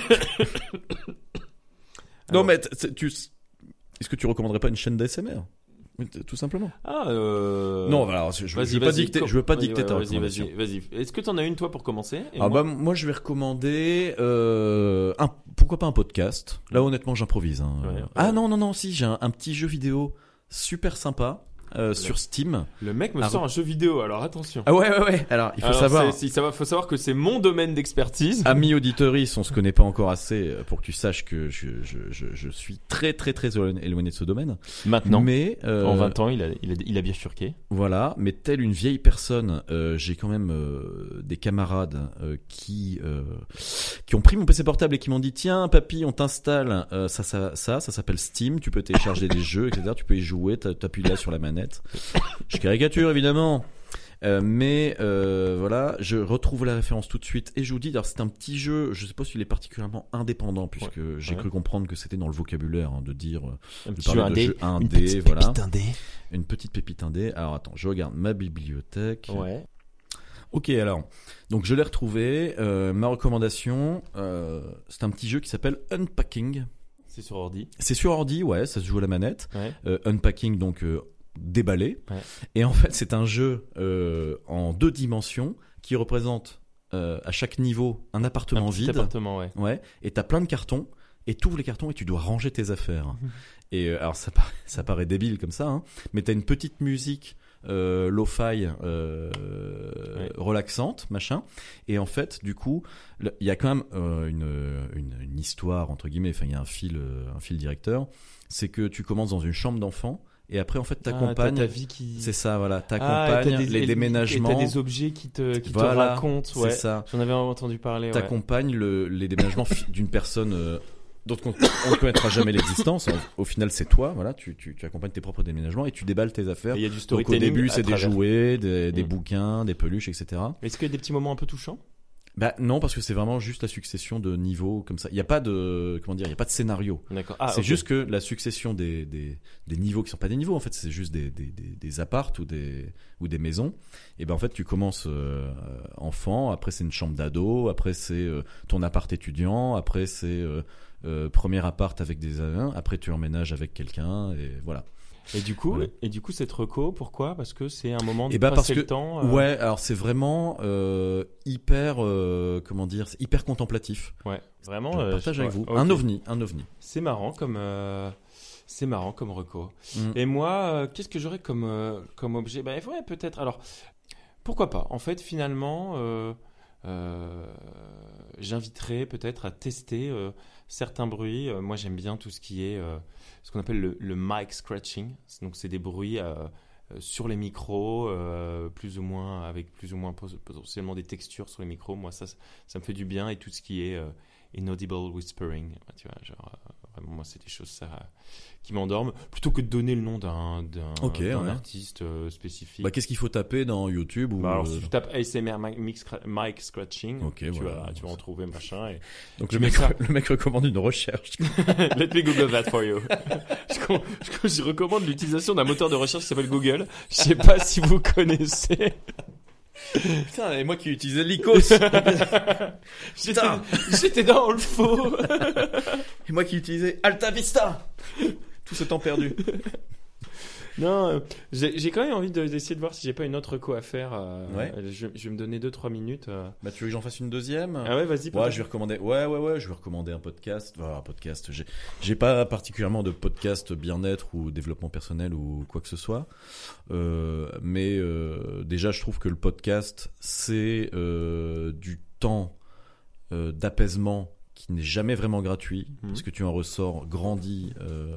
Speaker 9: Alors.
Speaker 8: mais t- t- tu. Est-ce que tu recommanderais pas une chaîne d'ASMR Mais t- Tout simplement.
Speaker 9: Ah. Euh...
Speaker 8: Non, alors, je, je
Speaker 9: Vas-y,
Speaker 8: veux pas
Speaker 9: vas-y,
Speaker 8: dicter,
Speaker 9: com-
Speaker 8: je veux pas
Speaker 9: vas-y,
Speaker 8: dicter
Speaker 9: ouais,
Speaker 8: ta
Speaker 9: Vas-y,
Speaker 8: recommandation.
Speaker 9: vas-y, vas-y. Est-ce que t'en as une toi pour commencer Et
Speaker 8: Ah
Speaker 9: moi
Speaker 8: bah moi je vais recommander euh, un pourquoi pas un podcast. Là honnêtement j'improvise. hein.
Speaker 9: Ouais, ouais.
Speaker 8: Ah non non non si j'ai un, un petit jeu vidéo super sympa euh, sur Steam.
Speaker 9: Le mec me
Speaker 8: Ah,
Speaker 9: sort un jeu vidéo, alors attention.
Speaker 8: Ah ouais ouais ouais. Alors il faut
Speaker 9: Alors,
Speaker 8: savoir. Ah,
Speaker 9: c'est- si ça va, faut savoir que c'est mon domaine d'expertise.
Speaker 8: Amis auditeuris, on se connaît pas encore assez euh, pour que tu saches que je, je, je, je suis très très très éloigné de ce domaine.
Speaker 9: Maintenant,
Speaker 8: Mais euh,
Speaker 9: en 20 ans, il a, il a, il a bifurqué.
Speaker 8: Voilà, mais telle une vieille personne, euh, j'ai quand même euh, des camarades euh, qui euh, qui ont pris mon PC portable et qui m'ont dit tiens papy on t'installe euh, ça ça ça ça s'appelle Steam, tu peux télécharger des jeux etc, tu peux y jouer, t'a- t'appuies là sur la manette. Je caricature évidemment. Euh, mais euh, voilà, je retrouve la référence tout de suite et je vous dis, alors c'est un petit jeu, je sais pas s'il est particulièrement indépendant puisque j'ai
Speaker 9: ouais.
Speaker 8: cru comprendre que c'était dans le vocabulaire hein, de dire euh,
Speaker 9: Un
Speaker 8: de
Speaker 9: petit jeu
Speaker 8: parler de
Speaker 9: indé.
Speaker 8: jeu
Speaker 9: Une
Speaker 8: indé,
Speaker 9: petite
Speaker 8: voilà.
Speaker 9: pépite indé.
Speaker 8: Une petite pépite indé. Alors attends, je regarde ma bibliothèque.
Speaker 9: Ouais.
Speaker 8: Ok, alors. Donc je l'ai retrouvé. Euh, ma recommandation, euh, c'est un petit jeu qui s'appelle Unpacking.
Speaker 9: C'est sur ordi.
Speaker 8: C'est sur ordi, ouais, ça se joue à la manette.
Speaker 9: Ouais.
Speaker 8: Euh, unpacking, donc euh, déballer.
Speaker 9: Ouais.
Speaker 8: Et en fait, c'est un jeu euh, en deux dimensions qui représente euh, à chaque niveau un
Speaker 9: Un
Speaker 8: appartement
Speaker 9: petit
Speaker 8: vide.
Speaker 9: appartement, ouais.
Speaker 8: Ouais, et t'as plein de cartons, et t'ouvres les cartons et tu dois ranger tes affaires.
Speaker 9: Mhm.
Speaker 8: et euh, alors ça paraît, ça paraît débile comme ça, hein, mais t'as une petite musique euh, lo-fi euh,
Speaker 9: Ouais.
Speaker 8: relaxante, machin. Et en fait, du coup, le- il y a quand même euh, une, une, une histoire entre guillemets. Enfin, il y a un fil, euh, un fil directeur. C'est que tu commences dans une chambre d'enfant, et après, en fait,
Speaker 9: Ah, t'as ta
Speaker 8: t'accompagnes.
Speaker 9: vie qui.
Speaker 8: c'est ça, voilà.
Speaker 9: Ah, et
Speaker 8: T'accompagnes
Speaker 9: t'as des- et-
Speaker 8: les
Speaker 9: et
Speaker 8: déménagements.
Speaker 9: T'as des objets qui te, qui
Speaker 8: Voilà,
Speaker 9: te racontent,
Speaker 8: c'est
Speaker 9: ouais.
Speaker 8: ça
Speaker 9: J'en avais entendu parler. ouais.
Speaker 8: t'accompagnes le- les déménagements fi- d'une personne euh, dont on on ne connaîtra jamais l'existence. Au- Au final, c'est toi, voilà, tu, tu, tu accompagnes tes propres déménagements et tu déballes tes affaires.
Speaker 9: Et Il y a du
Speaker 8: Donc
Speaker 9: storytelling.
Speaker 8: au début,
Speaker 9: à
Speaker 8: c'est des
Speaker 9: travers.
Speaker 8: jouets, des, des
Speaker 9: Mm.
Speaker 8: bouquins, des peluches, etc.
Speaker 9: Est-ce qu'il y a des petits moments un peu touchants
Speaker 8: Bah non, parce que c'est vraiment juste la succession de niveaux comme ça. Il n'y a pas de comment dire, il y a pas de scénario.
Speaker 9: D'accord. Ah,
Speaker 8: c'est
Speaker 9: ok.
Speaker 8: juste que la succession des, des, des niveaux qui sont pas des niveaux en fait, c'est juste des, des, des, des appartes ou des ou des maisons. Et ben en fait, tu commences euh, enfant, après c'est une chambre d'ado, après c'est euh, ton appart étudiant, après c'est euh, euh, premier appart avec des amins, après tu emménages avec quelqu'un et voilà.
Speaker 9: Et du coup,
Speaker 8: Ouais.
Speaker 9: et du coup, cette reco, pourquoi Parce que c'est un moment de
Speaker 8: Eh ben, parce
Speaker 9: passer le
Speaker 8: que-
Speaker 9: temps. euh,
Speaker 8: Ouais, alors c'est vraiment euh, hyper euh, comment dire, c'est hyper contemplatif.
Speaker 9: ouais. Vraiment.
Speaker 8: Je
Speaker 9: euh,
Speaker 8: partage
Speaker 9: je-
Speaker 8: avec vous.
Speaker 9: ouais,
Speaker 8: Un
Speaker 9: ok.
Speaker 8: ovni, un ovni.
Speaker 9: C'est marrant comme. euh, C'est marrant comme reco.
Speaker 8: Mm.
Speaker 9: Et moi, euh, qu'est-ce que j'aurais comme, euh, comme objet Ben, ouais, peut-être. Alors, pourquoi pas En fait, finalement, euh, euh, j'inviterais peut-être à tester euh, certains bruits. Euh, moi, j'aime bien tout ce qui est euh, ce qu'on appelle le, le mic scratching. C'est- Donc, c'est des bruits euh, euh, sur les micros, euh, plus ou moins avec plus ou moins pos- potentiellement des textures sur les micros. Moi, ça, ça me fait du bien. Et tout ce qui est euh, inaudible whispering, tu vois, genre euh, vraiment, moi, c'est des choses ça qui m'endorment plutôt que de donner le nom d'un d'un
Speaker 8: Ok,
Speaker 9: d'un
Speaker 8: ouais.
Speaker 9: artiste euh, spécifique.
Speaker 8: Bah, qu'est-ce qu'il faut taper dans YouTube ou
Speaker 9: Bah, alors, si
Speaker 8: euh,
Speaker 9: tu tapes ASMR mic, mic scra- mic scratching,
Speaker 8: Ok,
Speaker 9: tu,
Speaker 8: voilà.
Speaker 9: vas, tu vas en trouver machin. Et...
Speaker 8: Donc
Speaker 9: tu
Speaker 8: le
Speaker 9: mets
Speaker 8: mec,
Speaker 9: ça.
Speaker 8: le mec recommande une recherche.
Speaker 9: Let me Google that for you. je, con- je- je recommande l'utilisation d'un moteur de recherche qui s'appelle Google. Je sais pas si vous connaissez.
Speaker 8: Putain, et moi qui utilisais l'ICOS.
Speaker 9: J'étais-
Speaker 8: Putain.
Speaker 9: J'étais dans le faux.
Speaker 8: et moi qui utilisais Alta Vista. Tout ce temps perdu.
Speaker 9: Non, euh, j'ai j'ai quand même envie de- d'essayer de voir si j'ai pas une autre co à faire. euh,
Speaker 8: Ouais.
Speaker 9: Je, je vais me donner 2-3 minutes. euh.
Speaker 8: Bah, tu veux que j'en fasse une deuxième
Speaker 9: Ah ouais, vas-y.
Speaker 8: Euh, Ouais,
Speaker 9: peut-être.
Speaker 8: je vais recommander. Ouais, ouais, ouais, je vais recommander un podcast. Enfin, un podcast. J'ai, j'ai pas particulièrement de podcast bien-être ou développement personnel ou quoi que ce soit. Euh, mais euh, déjà, je trouve que le podcast, c'est euh, du temps euh, d'apaisement qui n'est jamais vraiment gratuit
Speaker 9: Mhm.
Speaker 8: parce que tu en ressors grandi. euh,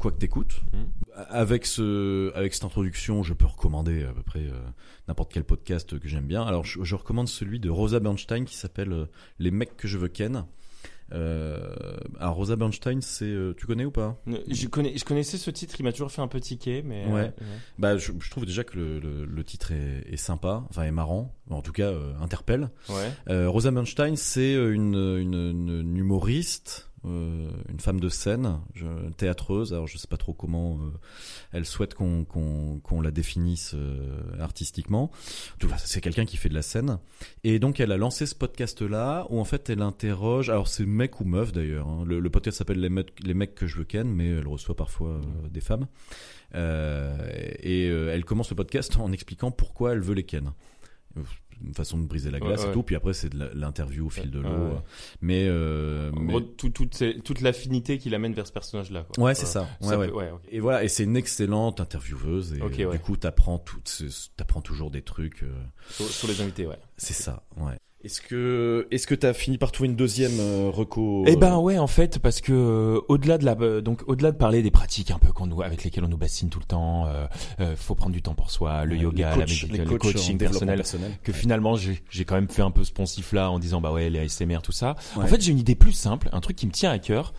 Speaker 8: Quoi que t'écoutes,
Speaker 9: Mhm.
Speaker 8: avec ce, avec cette introduction, je peux recommander à peu près euh, n'importe quel podcast que j'aime bien. Alors, je, je recommande celui de Rosa Bernstein qui s'appelle euh, Les mecs que je veux ken. Euh, alors, Rosa Bernstein, c'est, euh, tu connais ou pas
Speaker 9: Ne- je connais, je connaissais ce titre, il m'a toujours fait un peu tiquer, mais. euh,
Speaker 8: Ouais. Bah, je, je trouve déjà que le, le- le titre est, est sympa, enfin est marrant, en tout cas euh, interpelle.
Speaker 9: ouais.
Speaker 8: Euh, Rosa Bernstein, c'est euh, une, une, une- une humoriste, euh, une femme de scène, je- théâtreuse. Alors, je sais pas trop comment euh, elle souhaite qu'on qu'on qu'on la définisse euh, artistiquement. En tout cas, C'est quelqu'un qui fait de la scène. Et donc, elle a lancé ce podcast-là où, en fait, elle interroge. Alors, c'est mec ou meuf d'ailleurs. hein. Le, le podcast s'appelle les, mecs- les mecs que je veux ken, mais elle reçoit parfois euh, des femmes. Euh, et euh, elle commence le podcast en expliquant pourquoi elle veut les ken. Une façon de briser la
Speaker 9: Ouais,
Speaker 8: glace
Speaker 9: ouais.
Speaker 8: et tout. Puis après, c'est de la- l'interview au fil de
Speaker 9: Ouais,
Speaker 8: l'eau.
Speaker 9: Euh,
Speaker 8: euh.
Speaker 9: ouais.
Speaker 8: Mais, euh,
Speaker 9: En
Speaker 8: mais-
Speaker 9: gros, tout- toute ces- toute l'affinité qui l'amène vers ce personnage-là. quoi.
Speaker 8: ouais, c'est
Speaker 9: Voilà.
Speaker 8: ça. Ouais,
Speaker 9: euh, Ça
Speaker 8: ouais.
Speaker 9: peut- ouais, ok.
Speaker 8: Et voilà, et c'est une excellente intervieweuse. Et
Speaker 9: Ok,
Speaker 8: euh,
Speaker 9: ouais.
Speaker 8: du coup, t'apprends tout, ce- t'apprends toujours des trucs. euh,
Speaker 9: Sur, sur les invités, ouais.
Speaker 8: c'est ça, ouais. Est-ce que, est-ce que t'as fini par trouver une deuxième euh, reco
Speaker 9: Eh ben ouais, en fait, parce que euh, au-delà de la, euh, donc au-delà de parler des pratiques un peu qu'on nous, avec lesquelles on nous bassine tout le temps, euh, euh, faut prendre du temps pour soi, le yoga, la méditation, le coaching personnel, que finalement j'ai j'ai quand même fait un peu ce poncif là en disant bah ouais les ASMR tout ça. En
Speaker 8: Ouais.
Speaker 9: fait, j'ai une idée plus simple, un truc qui me tient à cœur,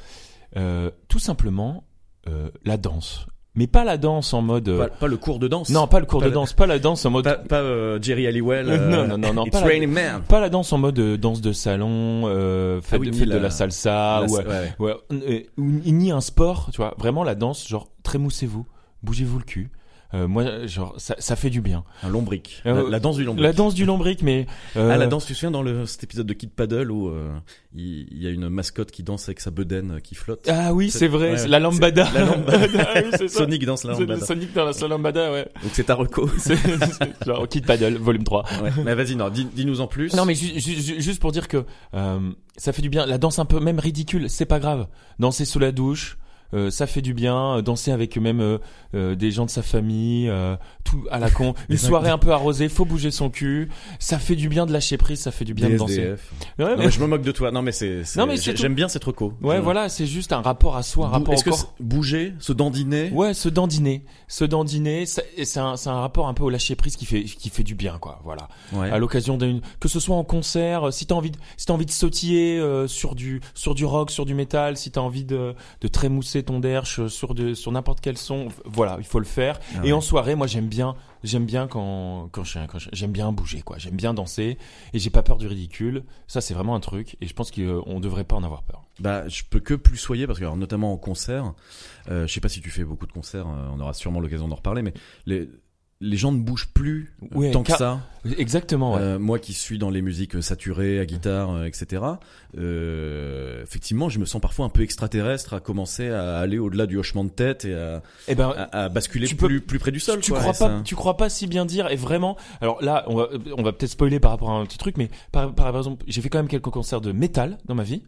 Speaker 9: euh, tout simplement euh, la danse, mais pas la danse en mode. euh,
Speaker 8: Pas, pas le cours de danse.
Speaker 9: non, pas le cours
Speaker 8: pas
Speaker 9: de
Speaker 8: la-
Speaker 9: danse, pas la danse en mode
Speaker 8: Pas, pas, euh, Jerry Halliwell.
Speaker 9: Euh,
Speaker 8: euh,
Speaker 9: non, non, non, non,
Speaker 8: It's
Speaker 9: pas la-
Speaker 8: raining man.
Speaker 9: pas la danse en mode euh, danse de salon, euh, faites,
Speaker 8: Ah oui, ni
Speaker 9: faites de
Speaker 8: la-
Speaker 9: la salsa
Speaker 8: La-
Speaker 9: ou
Speaker 8: ouais.
Speaker 9: Ah, Ouais, euh, ou- ni un sport, tu vois. Vraiment la danse, genre trémoussez-vous, bougez-vous le cul. Euh, moi, genre ça, ça fait du bien.
Speaker 8: Un lombric.
Speaker 9: Euh,
Speaker 8: la, la danse du lombric.
Speaker 9: La danse du lombric, mais euh,
Speaker 8: Ah, la danse, tu te souviens dans le, cet épisode de Kid Paddle où euh, il il y, a une mascotte qui danse avec sa bedaine euh, qui flotte
Speaker 9: Ah oui, c'est vrai,
Speaker 8: Ouais,
Speaker 9: c'est
Speaker 8: ouais.
Speaker 9: la lambada.
Speaker 8: La lambada.
Speaker 9: Ah oui, c'est ça.
Speaker 8: Sonic danse la
Speaker 9: C'est
Speaker 8: lambada.
Speaker 9: Sonic dans la seule lambada, ouais.
Speaker 8: Donc c'est ta reco.
Speaker 9: C'est- c'est genre Kid Paddle, volume 3.
Speaker 8: Ouais. Mais vas-y, non, dis- dis-nous en plus.
Speaker 9: Non, mais ju- ju- ju- juste pour dire que euh, ça fait du bien. La danse un peu, même ridicule, c'est pas grave. Danser sous la douche. euh, ça fait du bien Euh, danser avec même euh, euh, des gens de sa famille euh, tout à la con une
Speaker 8: Des
Speaker 9: soirée un peu arrosée faut bouger son cul ça fait du bien de lâcher prise ça fait du bien
Speaker 8: Des
Speaker 9: de danser
Speaker 8: SDF.
Speaker 9: ouais,
Speaker 8: Non,
Speaker 9: mais-
Speaker 8: mais je me moque de toi. Non, mais c'est. c'est-
Speaker 9: Non, mais c'est
Speaker 8: j'ai-
Speaker 9: tout.
Speaker 8: J'aime bien cette reco.
Speaker 9: ouais
Speaker 8: Je-
Speaker 9: voilà c'est juste un rapport à soi un
Speaker 8: Bou-
Speaker 9: rapport au
Speaker 8: Est-ce que
Speaker 9: corps.
Speaker 8: c'est- bouger, se dandiner
Speaker 9: Ouais, se dandiner, se dandiner, ça- et c'est un, c'est un rapport un peu au lâcher prise qui fait, qui fait du bien, quoi. Voilà.
Speaker 8: Ouais.
Speaker 9: À l'occasion d'une, que ce soit en concert, euh, si t'as envie, de, si t'as envie de sautiller euh, sur du, sur du rock, sur du métal, si t'as envie de, de trémousser ton derche euh, sur de, sur n'importe quel son, f- voilà, il faut le faire.
Speaker 8: Ah
Speaker 9: et
Speaker 8: ouais.
Speaker 9: en soirée, moi j'aime bien, j'aime bien quand, quand je, quand je- j'aime bien bouger, quoi. J'aime bien danser et j'ai pas peur du ridicule. Ça, c'est vraiment un truc et je pense qu'on devrait pas en avoir peur.
Speaker 8: Bah, je peux que plus soyer parce que, alors, notamment en concert, euh, je sais pas si tu fais beaucoup de concerts, euh, on aura sûrement l'occasion d'en reparler, mais les, les gens ne bougent plus euh,
Speaker 9: Ouais,
Speaker 8: tant que
Speaker 9: car-
Speaker 8: ça.
Speaker 9: Exactement. Ouais.
Speaker 8: Euh, moi qui suis dans les musiques euh, saturées, à guitare, euh, etc. euh, effectivement, je me sens parfois un peu extraterrestre à commencer à aller au-delà du hochement de tête et à,
Speaker 9: Eh ben,
Speaker 8: à- à basculer
Speaker 9: Tu peux-
Speaker 8: plus, plus près du sol.
Speaker 9: Tu
Speaker 8: quoi,
Speaker 9: crois
Speaker 8: et
Speaker 9: pas,
Speaker 8: ça-
Speaker 9: tu crois pas si bien dire et vraiment. Alors là, on va, on va peut-être spoiler par rapport à un petit truc, mais par, par, par exemple, j'ai fait quand même quelques concerts de métal dans ma vie.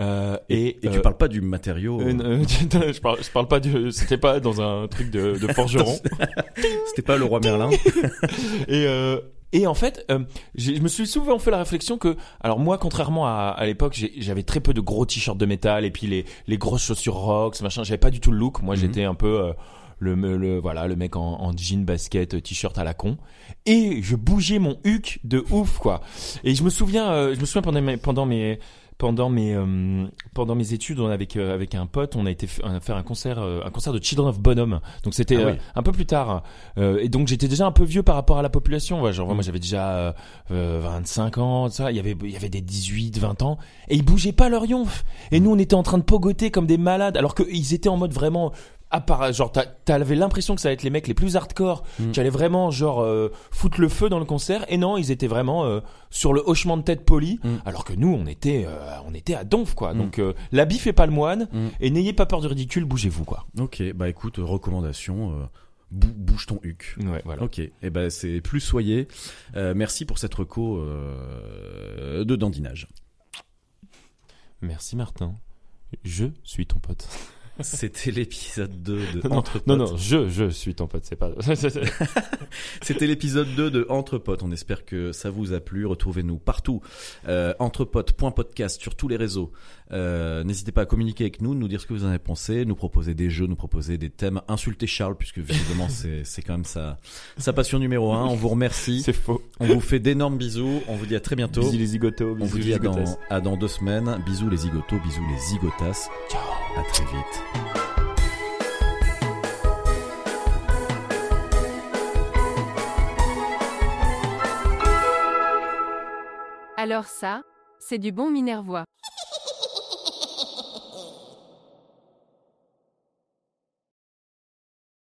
Speaker 9: Euh, et
Speaker 8: Et, tu
Speaker 9: euh,
Speaker 8: parles pas du matériau.
Speaker 9: euh,
Speaker 8: euh,
Speaker 9: euh, je parle, je parle pas de, c'était pas dans un truc de, de forgeron.
Speaker 8: C'était pas le roi Merlin.
Speaker 9: et euh, Et en fait, euh, j'ai- je me suis souvent fait la réflexion que, alors moi, contrairement à, à l'époque, j'ai- j'avais très peu de gros t-shirts de métal et puis les, les grosses chaussures rocks, machin. J'avais pas du tout le look. Moi,
Speaker 8: Mhm.
Speaker 9: j'étais un peu euh, le, me- le voilà le mec en, en jean basket euh, t-shirt à la con et je bougeais mon huc de ouf quoi et je me souviens euh, je me souviens pendant mes pendant mes pendant mes euh, pendant mes études on avec euh, avec un pote on a été f- on a faire un concert euh, un concert de Children of Bonhomme donc c'était
Speaker 8: Ah oui.
Speaker 9: euh, un peu plus tard Euh, et donc j'étais déjà un peu vieux par rapport à la population ouais, genre
Speaker 8: Mm.
Speaker 9: moi j'avais déjà euh, euh, 25 ans tout ça il y avait il y avait des 18 20 ans et ils bougeaient pas leur yonf et nous on était en train de pogoter comme des malades alors que ils étaient en mode vraiment à part genre t'as- t'avais l'impression que ça allait être les mecs les plus hardcore
Speaker 8: Mm.
Speaker 9: qui allaient vraiment genre euh, foutre le feu dans le concert et non ils étaient vraiment euh, sur le hochement de tête poli
Speaker 8: Mm.
Speaker 9: alors que nous on était euh, on était à donf quoi donc euh, l'habit fait pas le moine
Speaker 8: Mm.
Speaker 9: et n'ayez pas peur du ridicule bougez-vous quoi
Speaker 8: Ok, bah écoute, euh, recommandation, euh, bou- bouge ton huc.
Speaker 9: ouais voilà
Speaker 8: Ok, et ben c'est plus soyez. Euh, merci pour cette reco euh, de dandinage.
Speaker 9: merci Martin je suis ton pote
Speaker 8: C'était l'épisode 2 de
Speaker 9: non,
Speaker 8: Entre
Speaker 9: non
Speaker 8: Potes.
Speaker 9: non je je suis ton pote c'est pas
Speaker 8: C'était l'épisode 2 de Entre Potes. On espère que ça vous a plu. Retrouvez-nous partout. Euh, entrepotes.podcast sur tous les réseaux. Euh, N'hésitez pas à communiquer avec nous, nous dire ce que vous en avez pensé, nous proposer des jeux, nous proposer des thèmes. Insulter Charles, puisque visiblement c'est c'est quand même sa, sa passion numéro un. On vous remercie.
Speaker 9: c'est faux
Speaker 8: On vous fait d'énormes bisous. On vous dit à très bientôt.
Speaker 9: bisous les zigotos
Speaker 8: On
Speaker 9: bisous
Speaker 8: vous
Speaker 9: les
Speaker 8: dit à dans,
Speaker 9: zigotasses.
Speaker 8: à dans deux semaines. Bisous les zigotos, bisous les zigotas. Ciao. À très vite.
Speaker 4: Alors ça, c'est du bon Minervois.